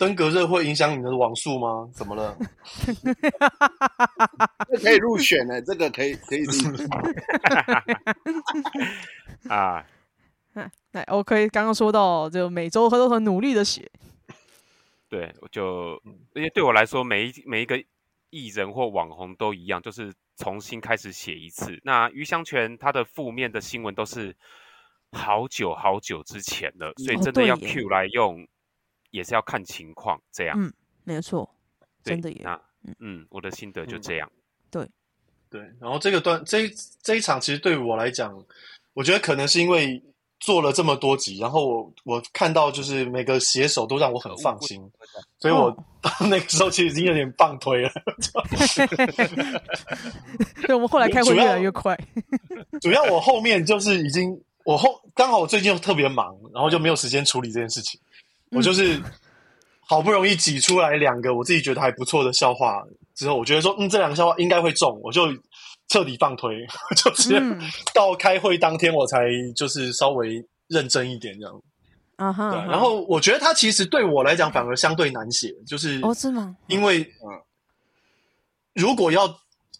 B: 登革热会影响你的网速吗？怎么了？
D: 这可以入选欸呢，这个可以可以入
B: <laughs>
D: 选。
E: 啊，
A: 哎来，OK，刚刚说到就每周都很努力的写，
E: 对，我就因为对我来说，每一每一个艺人或网红都一样，就是重新开始写一次。那于香泉他的负面的新闻都是好久好久之前了，所以
A: 哦
E: 真的要
A: 对耶
E: Q 来用，也是要看情况这样。
A: 嗯没错，
E: 对
A: 真的耶，
E: 那嗯，我的心得就
B: 嗯
E: 这样。
B: 对，然后这个段这这一场其实对我来讲，我觉得可能是因为做了这么多集，然后我我看到就是每个写手都让我很放心，所以我
A: 哦
B: <laughs> 那个时候其实已经有点棒推了。
A: 对，我们后来开会
B: 主要
A: 越来越
B: <laughs>
A: 快。
B: 主要我后面就是已经我后刚好我最近又特别忙，然后就没有时间处理这件事情，我
A: 嗯
B: 就是好不容易挤出来两个我自己觉得还不错的笑话之后，我觉得说嗯这两个笑话应该会中，我就彻底放推， <laughs> 就直接
A: 嗯
B: 到开会当天我才就是稍微认真一点这样。
A: 啊哈，
B: 对
A: 啊
B: 啊，
A: 哈
B: 然后我觉得它其实对我来讲反而相对难写，就是
A: 哦，是吗？
B: 因为
D: 嗯
B: 如果要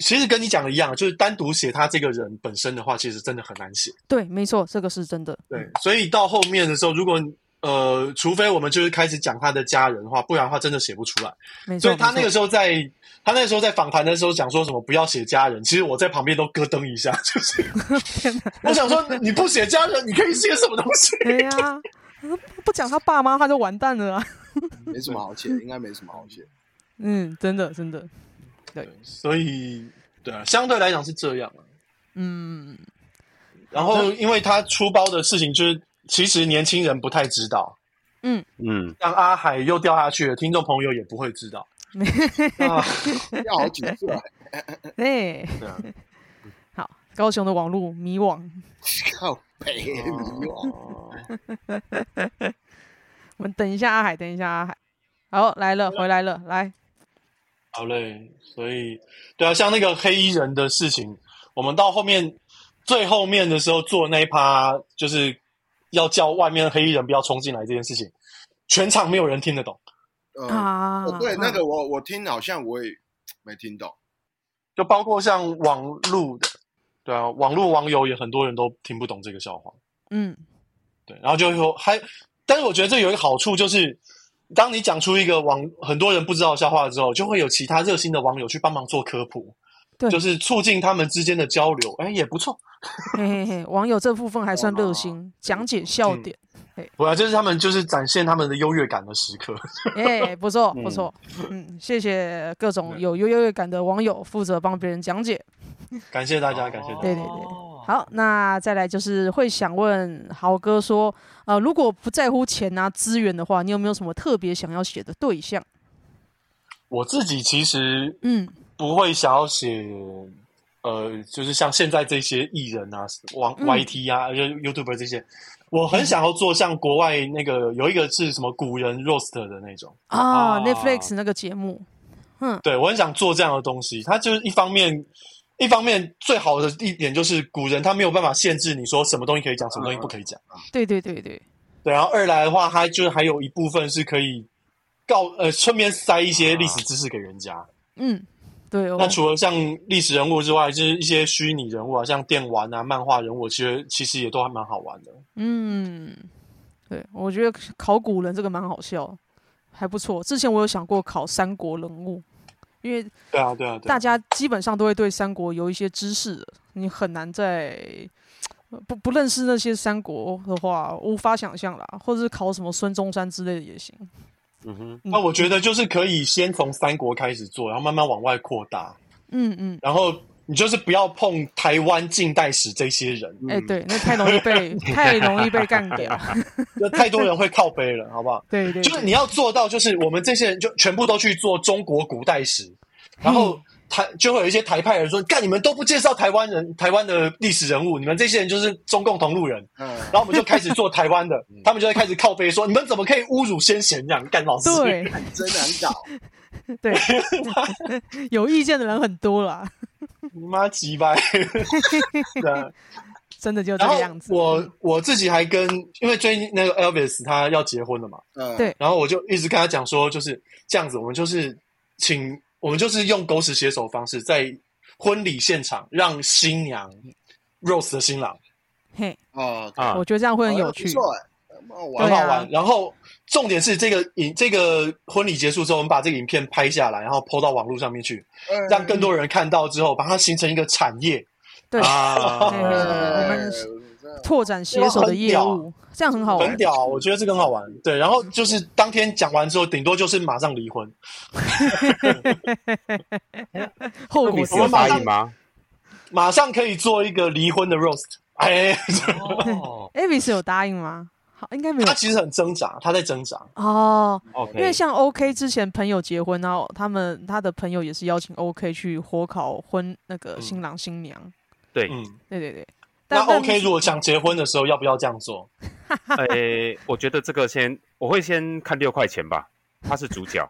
B: 其实跟你讲的一样，就是单独写他这个人本身的话，其实真的很难写。
A: 对，没错，这个是真的。
B: 对，所以到后面的时候，如果呃，除非我们就是开始讲他的家人的话，不然的话真的写不出来。
A: 没错，
B: 所以他
A: 没
B: 那
A: 错
B: 个时候在他那个时候在访谈的时候讲说什么不要写家人，其实我在旁边都咯噔一下，就是 <laughs> 我想说你不写家人，你可以写什么东西？ <laughs>
A: 哎呀，不讲他爸妈，他就完蛋了啊！
D: 没什么好写，应该没什么好写。
A: 嗯，真的，真的，
B: 所以对啊，相对来讲是这样啊。
A: 嗯，
B: 然后因为他出包的事情，就是其实年轻人不太知道，
E: 嗯，
B: 像阿海又掉下去了，听众朋友也不会
A: <laughs>
B: 知道。啊，
D: 要好几次了，
A: 哎，
B: 对啊
A: 好，高雄的网络迷惘，
D: 靠北
B: <laughs>
D: 你哦
A: 我们等一下阿海，等一下阿海，好，来了，回来了，来，
B: 好嘞，所以对啊，像那个黑衣人的事情，我们到后面最后面的时候做那一趴，就是要叫外面的黑衣人不要冲进来这件事情，全场没有人听得懂，
D: 呃，
A: 啊
D: 哦，对，那
A: 啊
D: 个我我听好像我也没听懂。
B: 就包括像网路的，对啊，网路网友也很多人都听不懂这个笑话。
A: 嗯，
B: 对，然后就会说还，但是我觉得这有一个好处就是，当你讲出一个网很多人不知道的笑话之后，就会有其他热心的网友去帮忙做科普，
A: 对
B: 就是促进他们之间的交流，哎，也不错。
A: <laughs> 嘿嘿嘿，网友这部分还算热心，讲解笑
B: 嗯
A: 点，
B: 我这是他们就是展现他们的优越感的时刻。
A: <laughs> 哎，不错
E: 嗯
A: 不错，嗯，谢谢各种有优越感的网友负责帮别人讲解。
B: <laughs> 感谢大家，感谢大
A: 对
B: 家。
A: 对对
C: 哦，
A: 好，那再来就是会想问豪哥说，呃，如果不在乎钱啊资源的话，你有没有什么特别想要写的对象？
B: 我自己其实
A: 嗯，
B: 不会想要写，呃，就是像现在这些艺人啊、网
A: 嗯
B: YT 啊、就 YouTuber 这些，我很想要做像国外那个有一个是什么古人 roast 的那种。
A: 啊、
E: 哦
A: n e t f l i x 那个节目，
B: 对我很想做这样的东西。它就是一方面，一方面最好的一点就是古人他没有办法限制你说什么东西可以讲，什么东西不可以讲。
A: 对对对对，
B: 对，然后二来的话，它就是还有一部分是可以告呃，顺便塞一些历史知识给人家。
A: 嗯，对哦
B: 那，除了像历史人物之外，就是一些虚拟人物啊，像电玩啊、漫画人物，其实其实也都还蛮好玩的。
A: 嗯，对，我觉得考古人这个蛮好笑，还不错。之前我有想过考三国人物，因为
B: 对啊，对啊，对
A: 大
B: 啊。
A: 家基本上都会对三国有一些知识的，你很难在不不认识那些三国的话，无法想象啦。或者是考什么孙中山之类的也行。
E: 嗯哼，
B: 那我觉得就是可以先从三国开始做，然后慢慢往外扩大，
A: 嗯嗯，
B: 然后你就是不要碰台湾近代史这些人，
A: 哎、对，那太容易被
B: <laughs>
A: 太容易被干掉。
B: 那太多人会靠背了，好不好？
A: 对对
B: 就是
A: 对，
B: 你要做到，就是我们这些人就全部都去做中国古代史，然
A: 嗯
B: 后台就会有一些台派人说：“干，你们都不介绍台湾人、台湾的历史人物，你们这些人就是中共同路人。”
D: 嗯，
B: <laughs> 然后我们就开始做
A: <laughs>
B: 台湾的，
A: 嗯
B: 他们就会开始靠背说：“你们怎么可以侮辱先贤这样干老师？”
A: 对
D: 真难搞。
A: 对， <laughs> 有意见的人很多啦， <laughs>
B: 妈鸡掰！对啊
A: 真的 <laughs> 就这
B: 然
A: 个样
B: 后
A: 子。
B: 我我自己还跟，因为最近那个 Elvis 他要结婚了嘛，
D: 嗯，
A: 对
B: 然后我就一直跟他讲说，就是这样子，我们就是请我们就是用狗屎写手方式，在婚礼现场让新娘 roast 的新郎
A: 嘿，
D: 哦，
E: 啊
A: 我觉得这样会很有趣
D: 不。错哎，蛮好玩
B: 很
A: 对
B: 好
A: 啊
B: 玩。然后重点是这个影这个婚礼结束之后，我们把这个影片拍下来，然后 PO 到网络上面去，
D: 嗯
B: 让更多人看到之后，把它形成一个产业。
A: <laughs> 对，
E: 啊
A: 嘿嘿嘿我们
B: 哎
D: 嗯
A: 拓展携手的业务，这样很好玩
B: 很。屌，我觉得这个很好玩。对，然后就是当天讲完之后，顶多就是马上离婚。
A: 后果
E: 那你是
A: 自
E: 有
A: 负
E: 答应吗？
B: 马上可以做一个离婚的 roast。哎，
C: 哦，
A: Avis 有答应吗？好，应该没有
B: 他其实很挣扎，他在挣扎。
A: 哦。因为
E: OK，
A: 像 OK 之前朋友结婚，然后他们他的朋友也是邀请 OK 去火烤婚那个新郎新娘，
E: 对，
B: 嗯，
A: 对对对。
B: 那
A: 但
B: OK，如果想结婚的时候，要不要这样做？
E: 诶，我觉得这个先，我会先看六块钱吧，他是主角，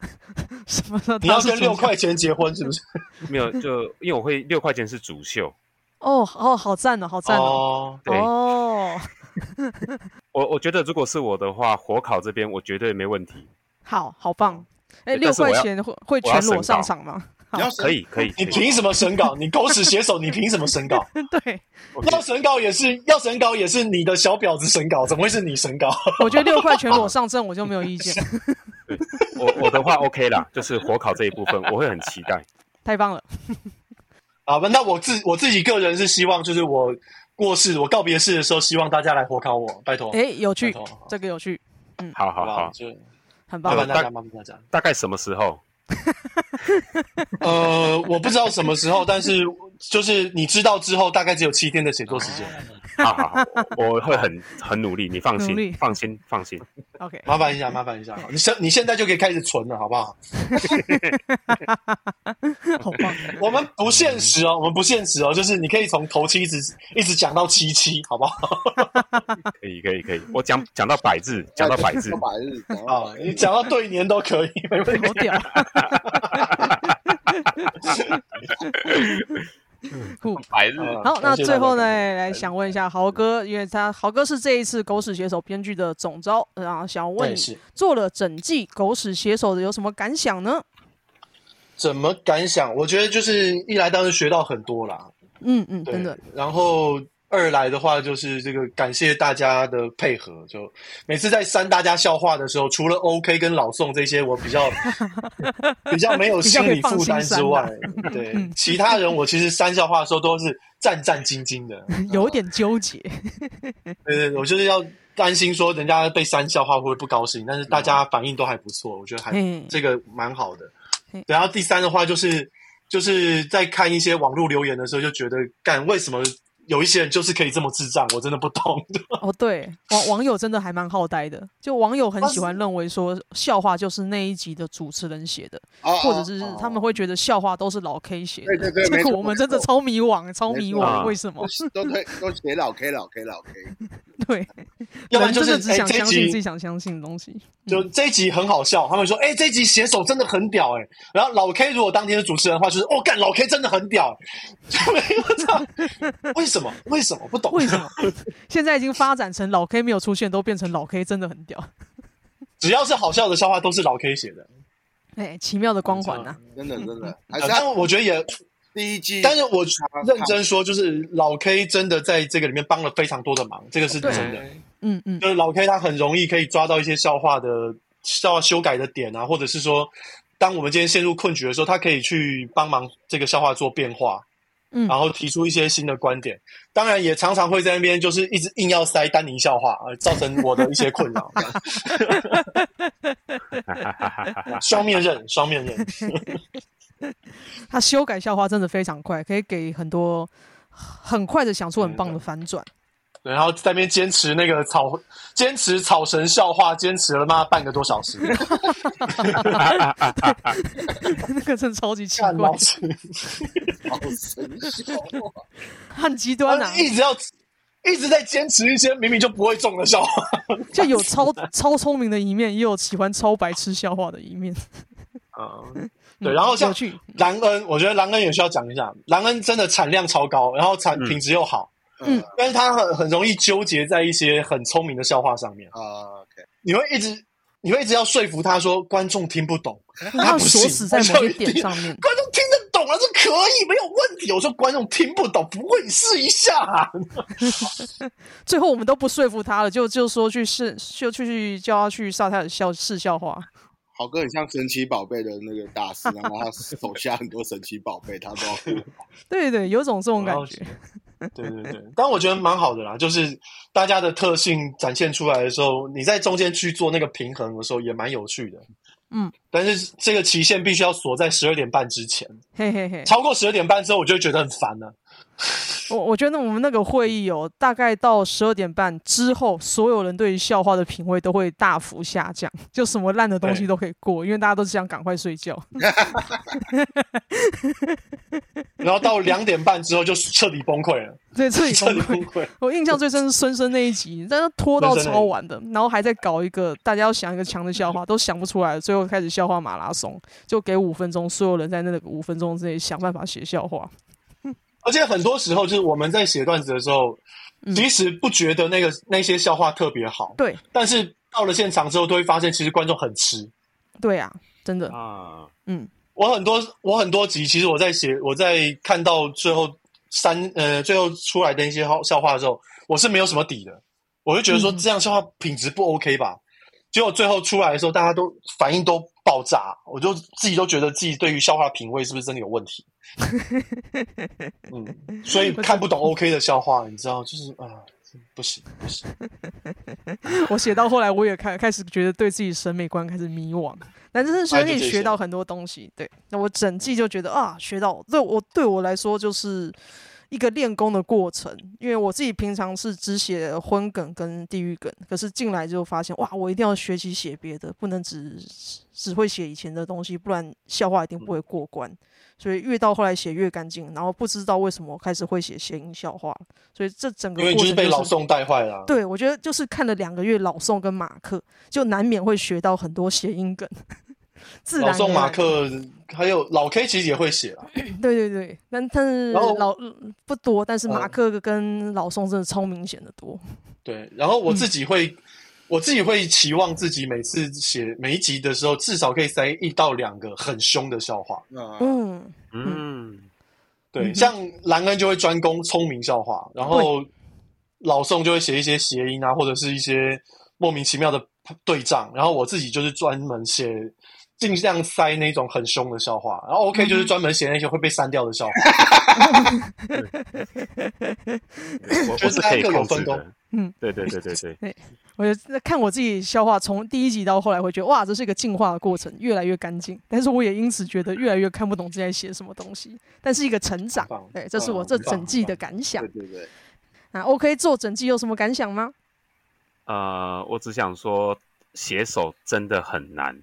A: 但是 <laughs> 什么时候
B: 你要
A: 他是
B: 跟六
A: 主角
B: 块钱结婚是不是？
E: 没有就因为我会六块钱是主秀，
A: 哦哦，好赞哦，好赞哦
B: 哦，
E: 对，
A: 哦，
E: 我我觉得如果是我的话，火烤这边我绝对没问题，
A: 好好棒！哎，
E: 对
A: 六
E: 但是我
A: 块
E: 要
A: 钱会会
E: 我要
A: 全裸
E: 审
A: 上
E: 稿
A: 场吗？ <laughs>
D: 你要
E: 可以可以。
B: 你
E: 可以
B: 凭什么审稿？你狗屎写手，你凭什么审稿？
A: 对，
B: 要审稿也是要审稿也是你的小婊子审稿，怎么会是你审稿？ <laughs>
A: 我觉得六块全裸上阵我就没有意见，
E: 我我的话 OK 啦，就是火烤这一部分，我会很期待。
A: 太棒了！
B: 好吧，那我自我自己个人是希望，就是我过世我告别式的时候，希望大家来火烤我，拜托，
A: 哎，有趣
B: 哦拜托，
A: 这个有趣，
E: 好
B: 好
E: 好
B: 不
E: 好
B: 好？，就
A: 很
B: 麻
A: 棒
E: 好。
B: 烦
E: 吧
B: 大家，麻烦大家。
E: 大概什么时候？
B: 呃，我不知道什么时候，但是 <laughs> 就是你知道之后，大概只有七天的写作时间。
E: 好好好，我我会很很努力，你放
A: 努力
E: 心，放心，放心。
A: OK，
B: 麻烦一下，麻烦一下，你现你现在就可以开始存了，好不好？
A: 好
B: <laughs>
A: 棒，
B: 我们不现实哦，我们不现实哦，就是你可以从头七一直一直讲到七七，好不好？
E: 可以可以可以，我讲讲到百字，讲到百字
D: 讲到，百日，讲到
B: 啊
D: 百，
B: 你
D: 日
B: 讲到对年都可以， <laughs> 没问题
A: 好。屌！ <laughs> 酷。
C: 白日
A: 好，
B: 好
A: 那
B: 感谢
A: 最后
B: 大
A: 呢，
B: 家
A: 来想问一下豪哥，因为他豪哥是这一次《狗屎写手》编剧的总招，然后想问
B: 对
A: 你
B: 是
A: 做了整季《狗屎写手》的有什么感想呢？
B: 怎么感想？我觉得就是一来当时学到很多啦，
A: 嗯嗯，
B: 对
A: 真的， <laughs>
B: 然后二来的话就是这个感谢大家的配合，就每次在删大家笑话的时候，除了 OK 跟老宋这些我比 <laughs> 较比较没有心理负担之外，对其他人我其实删笑话的时候都是战战兢兢的，
A: 有点纠结。
B: 对对，对我就是要担心说人家被删笑话会不会不高兴，但是大家反应都还不错，我觉得还
A: 嗯
B: 呃这个蛮好的
A: 嗯。
B: 然后第三的话就是就是在看一些网络留言的时候，就觉得干为什么有一些人就是可以这么智障，我真的不
A: <laughs>
B: 懂。
A: 哦，对，网网友真的还蛮好呆的，就网友很喜欢认为说笑话就是那一集的主持人写的，
D: 啊
B: 哦
A: 或者
D: 啊
A: 是
D: 啊
A: 他们会觉得笑话都是老 K 写
D: 对
A: 的，
D: 对
A: <laughs>
D: 对
A: 这
D: 没
A: 个
D: 错
A: 我
D: 没
A: 们真的
D: 错
A: 超迷惘，超
D: 没
A: 迷
D: 错
A: 惘，
E: 啊
A: 为什么？
D: 都推都写老 K 老 K 老 K，
A: 对，
B: 要不
A: 人
B: 然就
A: 真
B: 是
A: 的只
B: 哎
A: 想
B: 这一
A: 相信自己
B: 集
A: 想相信的东西。
B: 就这一集很好笑，他们说哎、这一集写手真的很屌哎、然后老 K 如果当天是主持人的话，就是哦干老 K 真的很屌、欸， <laughs> 就没有这样。为什么？为什么不懂？
A: 为什么？现在已经发展成老 K 没有出现，都变成老 K 真的很屌，
B: <laughs> 只要是好笑的笑话都是老 K 写的。呃
A: 哎，奇妙的光环呐、
D: 真的真
B: <laughs>
D: 的，还是
B: 但
D: 他
B: 我觉得也
D: 第一季，
B: 但是我
D: 他
B: 认真说，就是老 K 真的在这个里面帮了非常多的忙，这个是真的。
A: 嗯嗯，
B: 就是老 K 他很容易可以抓到一些笑话的笑话修改的点啊，或者是说，当我们今天陷入困局的时候，他可以去帮忙这个笑话做变化，
A: 嗯
B: 然后提出一些新的观点。当然也常常会在那边就是一直硬要塞丹宁笑话，而造成我的一些困扰。双面刃，双面刃。
A: 他修改笑话真的非常快，可以给很多很快的想出很棒的反转。
B: 对然后在那边坚持那个草，坚持草神笑话，坚持了妈半个多小时，
A: <laughs> 那个真的超级 <laughs> 奇
B: 看
A: 怪
B: 老，师，
D: 好神笑啊，
A: 很极端啊
B: 他，一直要一直在坚持一些明明就不会中的笑话，
A: 就有超超聪明的一面，也有喜欢超白痴笑话的一面。
B: 嗯，对，然后像
A: 有趣，
B: 兰恩，我觉得兰恩也需要讲一下，兰恩真的产量超高，然后产
E: 嗯
B: 品质又好，
A: 嗯
B: 但是他很很容易纠结在一些很聪明的笑话上面，
D: 啊，OK，
B: 你会一直你会一直要说服他说观众听不懂，
A: 他要
B: 哎不信
A: 锁死在某些点上面。
B: 观众听得懂啊，这可以没有问题。我说观众听不懂，不会你试一下、啊。
A: 最后我们都不说服他了，就就说去试，就去叫他去沙泰尔笑试笑话。
D: 豪哥很像神奇宝贝的那个大师，然后他手下很多神奇宝贝，他都要顾
C: <laughs>
A: 对对，有种这种感
B: 我要
A: 觉。
B: 对对对，但我觉得蛮好的啦，就是大家的特性展现出来的时候，你在中间去做那个平衡的时候，也蛮有趣的。
A: 嗯，
B: 但是这个期限必须要锁在十二点半之前，
A: 嘿嘿嘿，
B: 超过十二点半之后，我就会觉得很烦了、
A: 我我觉得我们那个会议有、大概到十二点半之后，所有人对于笑话的品味都会大幅下降，就什么烂的东西
B: 对
A: 都可以过，因为大家都是想赶快睡
B: <laughs>
A: 觉。
B: 然后到两点半之后就彻底崩溃
A: <laughs>
B: 了，
A: 对，这里
B: 彻
A: 崩
B: 底
A: 溃
B: 崩。溃。
A: 我印象最深是孙生那一集，但是拖到
B: 孙生那
A: 超
B: 一集
A: 晚的，然后还在搞一个大家要想一个强的笑话，都想不出来，最后开始笑话马拉松，就给五分钟，所有人在那个五分钟之内想办法写笑话。
B: 而且很多时候就是我们在写段子的时候，
A: 嗯
B: 即使不觉得那个那些笑话特别好，
A: 对
B: 但是到了现场之后，都会发现其实观众很吃。
A: 对啊，真的，
E: <laughs> 啊，
A: 嗯，
B: 我很多我很多集，其实我在写，我在看到最后三呃最后出来的一些好笑话的时候，我是没有什么底的，我就觉得说
A: 嗯
B: 这样笑话品质不 OK 吧。结果最后出来的时候，大家都反应都爆炸，我就自己都觉得自己对于笑话品味是不是真的有问题？嗯，所
A: <laughs>
B: 以看不懂 OK 的笑话，你知道，就是啊、不行不行。
A: <laughs> 我写到后来我也开开始觉得对自己审美观开始迷惘，但真的是
B: 哎
A: 可
B: 就
A: 以
B: 这
A: 学
B: 些
A: 到很多东西。对，那我整季就觉得啊，学到对我对我来说就是一个练功的过程，因为我自己平常是只写荤梗跟地狱梗，可是进来就发现哇，我一定要学习写别的，不能只只会写以前的东西，不然笑话一定不会过关。所以越到后来写越干净，然后不知道为什么开始会写谐音笑话，所以这整个
B: 因为
A: 过
B: 你就是
A: 程就
B: 被老
A: 是
B: 宋带坏了啊、
A: 对，我觉得就是看了两个月老宋跟马克，就难免会学到很多谐音梗， <laughs> 自然
B: 老宋、
A: 而
B: 马
A: 然，
B: 克，还有老 K 其实也会写啊啦。
A: 对对对，但但是
B: 然后
A: 老嗯不多，但是马
B: 嗯
A: 克跟老宋真的超明显的多，
B: 对，然后我
A: 嗯
B: 自己会，我自己会期望自己每次写每一集的时候，至少可以塞一到两个很凶的笑话。
C: 啊
D: 嗯，
A: 嗯，
E: 嗯，
B: 对，
A: 嗯
B: 像兰恩就会专攻聪明笑话，然后老宋就会写一些谐音啊，或者是一些莫名其妙的对仗，然后我自己就是专门写。尽量塞那种很凶的笑话，然
A: 嗯
B: 后 OK 就是专门写那些会被删掉的笑话。
E: 我
B: 就是
E: 我是可
B: 大
E: 以
B: 家各有
E: 控制
B: 分工
E: 的，
A: 嗯，
E: 对对对对对，
A: 我觉得那看我自己消化，从第一集到后来，会觉得哇，这是一个进化的过程，越来越干净。但是我也因此觉得越来越看不懂自己在写什么东西，但是一个成长
B: 很棒，
A: 对，这是
B: 嗯
A: 我这
B: 很棒
A: 整季
B: 很
A: 的
B: 棒
A: 感想
D: 对对对，
A: 啊。OK，做整季有什么感想吗？
E: 呃，我只想说，写手真的很难，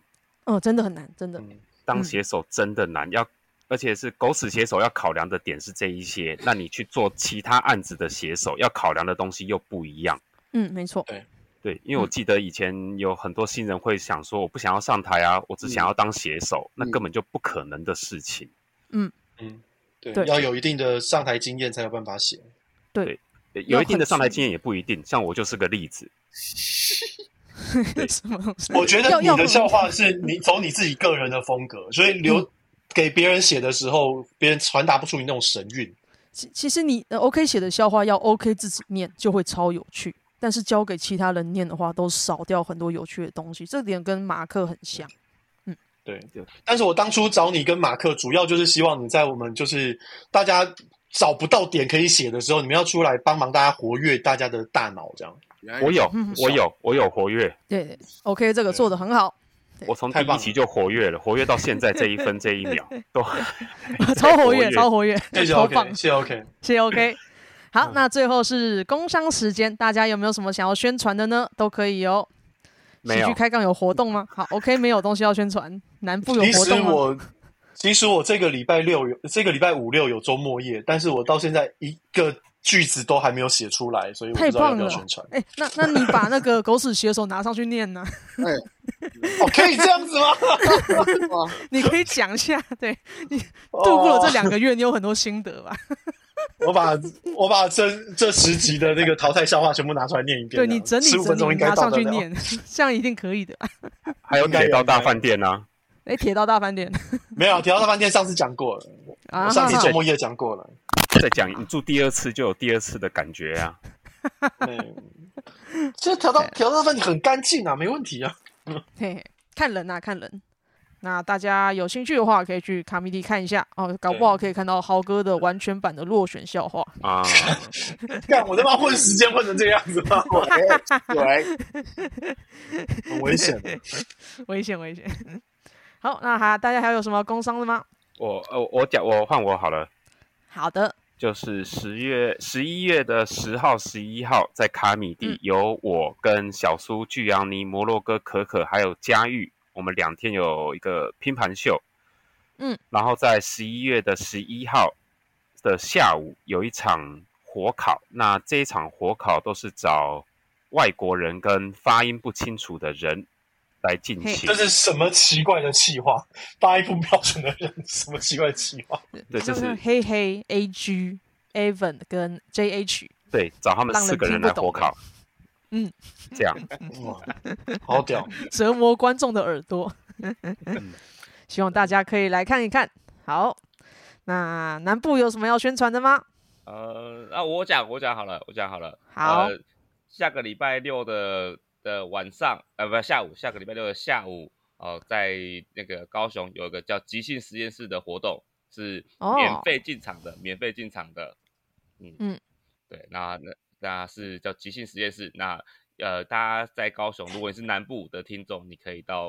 A: 哦，真的很难，真的，
B: 嗯
E: 当
A: 嗯
E: 写手真的难，要而且是狗屎写手要考量的点是这一些，那你去做其他案子的写手要考量的东西又不一样。
A: 嗯，没错，
E: 对，因为我
A: 嗯
E: 记得以前有很多新人会想说，我不想要上台啊，我只想要当写手，那
D: 嗯
E: 根本就不可能的事情。
B: 嗯，对，
A: 对
B: 要有一定的上台经验才有办法写。
A: 对，
E: 有一定的上台
A: 很
E: 经验也不一定，像我就是个例子。对
A: 什么东西？
B: 我觉得
A: 要
B: 你
A: 要
B: 的笑话是你走你自己个人的风格，所以
A: 嗯
B: 留给别人写的时候，别人传达不出你那种神韵。
A: 其其实你呃 OK 写的笑话要 OK 自己念就会超有趣，但是交给其他人念的话，都少掉很多有趣的东西。这点跟马克很像。
B: 对
E: 对，
B: 但是我当初找你跟马克，主要就是希望你在我们就是大家找不到点可以写的时候，你们要出来帮忙大家活跃大家的大脑，这样。
D: 原来
E: 我有
A: 嗯，
E: 我有，我有活跃，
A: 对对，OK 这个做的很好，对
E: 我从第
B: 太棒
E: 一期就活跃了，活跃到现在这一分这一秒
B: <laughs>
E: 都
A: 超活
E: 活
A: 跃，
E: 跃
A: 超活跃，
B: 谢谢
A: 超
B: OK，嗯
A: 棒，
B: 谢谢 OK。
A: 谢谢
B: <laughs>
A: OK。好，那最后是工商时间，大家有没有什么想要宣传的呢？都可以哦。
E: 没
A: 喜
E: 有
A: 剧。开杠有活动吗？好，OK，没有东西要宣传。南部有
B: 其
A: 活
B: 实
A: 动吗？
B: 我，其实我这个礼拜六有，这个礼拜五六有周末夜，但是我到现在一个句子都还没有写出来，所以我不
A: 太
B: 知道要
A: 棒
B: 不
A: 了
B: 要宣传。
A: 哎、那那你把那个狗屎写手拿上去念呢、
D: 哎
B: 哦，可以这样子吗？
D: 啊
A: 你可以讲一
B: <laughs>
A: 下， <laughs> 对，度过了这
B: 哦
A: 两个月，你有很多心得
B: <laughs>
A: 吧？
B: 我
A: <laughs>
B: 把我把这这十集的那个淘汰笑话全部拿出来念一遍
A: 对
B: 这
A: 你整
B: 样，
A: 理
B: 十五分
A: 整
B: 钟
A: 理
B: 应该
A: 拿
B: 到
A: 上
B: 得
A: 去
B: 了。
A: 念， <laughs> 这样一定可以
B: <laughs>
A: 的。
E: 还有
B: 应该
E: 铁
B: 有
E: 道
B: 应
E: 大
B: 该
E: 饭店啊，
A: 哎，铁道大饭店
B: 没有，铁道大饭店上次讲过了，
A: 啊，
B: 我上次
A: 哈哈
B: 周末夜讲过了。
E: 再讲你住第二次就有第二次的感觉啊。
B: 对，这调到调到饭店很干净啊，没问题啊。
A: 嘿嘿，看人呐，看人。那大家有兴趣的话，可以去卡米蒂看一下哦，搞不好可以看到豪哥的完全版的落选笑话。
E: 啊，
B: 看我他妈混时间混成这样子
A: <laughs>
B: 吗？
D: 对，哎
B: 很危险的。
A: 危险，危险。
B: 嗯
A: 好，那还大家还有什么工商的吗？
E: 我呃我讲我换我好了。
A: 好的，
E: 就是十月十一月的十号、十一号，在卡米
A: 嗯
E: 蒂，有我跟小苏、巨阳尼、摩洛哥可可还有佳玉，我们两天有一个拼盘秀。
A: 嗯，
E: 然后在十一月的十一号的下午有一场火烤，那这一场火烤都是找外国人跟发音不清楚的人来进
A: 嘿
E: 行
B: 这。是什么奇怪的气话？发音不标准的人，什么奇怪的气话？
A: <laughs>
E: 对，
A: 像
E: 这是
A: 黑黑 A G Evan 跟 J H，
E: 对，找他们
A: 让人
E: 四个人
A: 听不
E: 来
A: 懂
E: 火烤，
A: 嗯，
E: 这样
B: 哇，好屌！
A: <laughs> 折磨观众的耳朵。
C: 嗯
A: 希望大家可以来看一看。好，那南部有什么要宣传的吗？
C: 呃，啊，我讲我讲好了，我讲好了。
A: 好
C: 呃，下个礼拜六的的晚上，呃，不，下午，下个礼拜六的下午，哦、在那个高雄有一个叫即兴实验室的活动，是免
A: 哦
C: 费进场的，免费进场的。嗯
A: 嗯，
C: 对，那那那是叫即兴实验室。那呃，大家在高雄，如果你是南部的听众，你可以到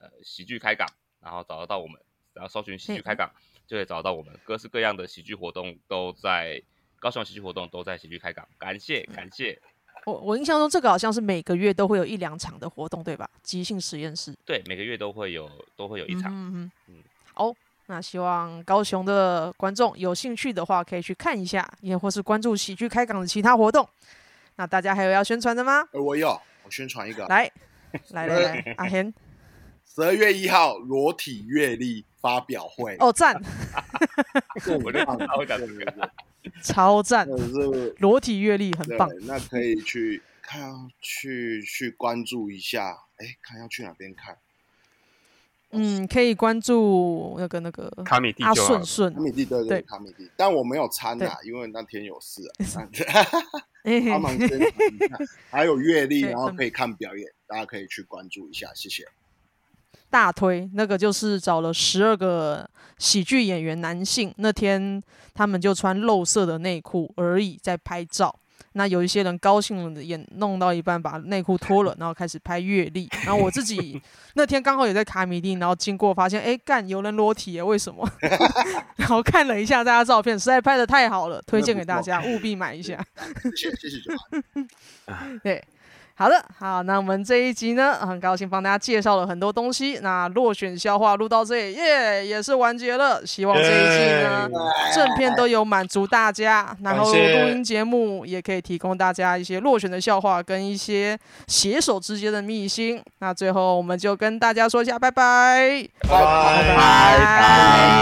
C: 呃喜剧开港，然后找得到我们，然后搜寻喜剧开港，就可以找到我们各式各样的喜剧活动都在高雄喜剧活动都在喜剧开港。感谢感谢，
A: 我我印象中这个好像是每个月都会有一两场的活动，对吧？即兴实验室
C: 对，每个月都会有都会有一场。
A: 嗯嗯
C: 嗯
A: 好，那希望高雄的观众有兴趣的话，可以去看一下，也或是关注喜剧开港的其他活动。那大家还有要宣传的吗？
D: 哎，我有，我宣传一个，
A: 来，来来
C: <laughs>
A: 来，阿贤，
D: 十二月一号裸体阅历发表会，
A: 哦赞，
C: 我就知道会讲这个。
A: 超赞，
D: 真的是
A: 裸体阅历很
D: 对
A: 棒，，
D: 那可以去看，去去关注一下，哎，看要去哪边看。
A: 嗯，可以关注那个那个
E: 卡米蒂
A: 阿
E: 就好
A: 顺
E: 了。
A: 顺
D: 卡，米蒂对对
A: 对
D: 对卡米蒂，但我没有参啊，因为那天有事啊， <laughs>
A: 嘿嘿
D: 帮忙宣传一下，还有阅历，
A: 对
D: 然后
A: 嗯
D: 可以看表演，大家可以去关注一下，谢谢。
A: <laughs> 大推，那个就是找了十二个喜剧演员男性，那天他们就穿肉色的内裤而已在拍照。那有一些人高兴了，也弄到一半把内裤脱了，然后开始拍阅历。然后我自
E: <laughs>
A: 己那天刚好也在卡米蒂，然后经过发现，哎，干有人裸体耶，为什么？ <laughs> 然后看了一下大家照片，实在拍的太好了，推荐给大家，务必买一下。
D: 谢谢谢谢九安，
A: 对，好的，好，那我们这一集呢，很高兴帮大家介绍了很多东西。那落选消化录到这里，耶、也是完结了。希望这一季呢，正片都有满足大家，然后
B: 感谢
A: 录音节目也可以提供大家一些落选的笑话跟一些携手之间的秘
B: 哎
A: 辛。那最后我们就跟大家说一下拜拜，
B: 拜
A: 拜
B: 拜
A: 拜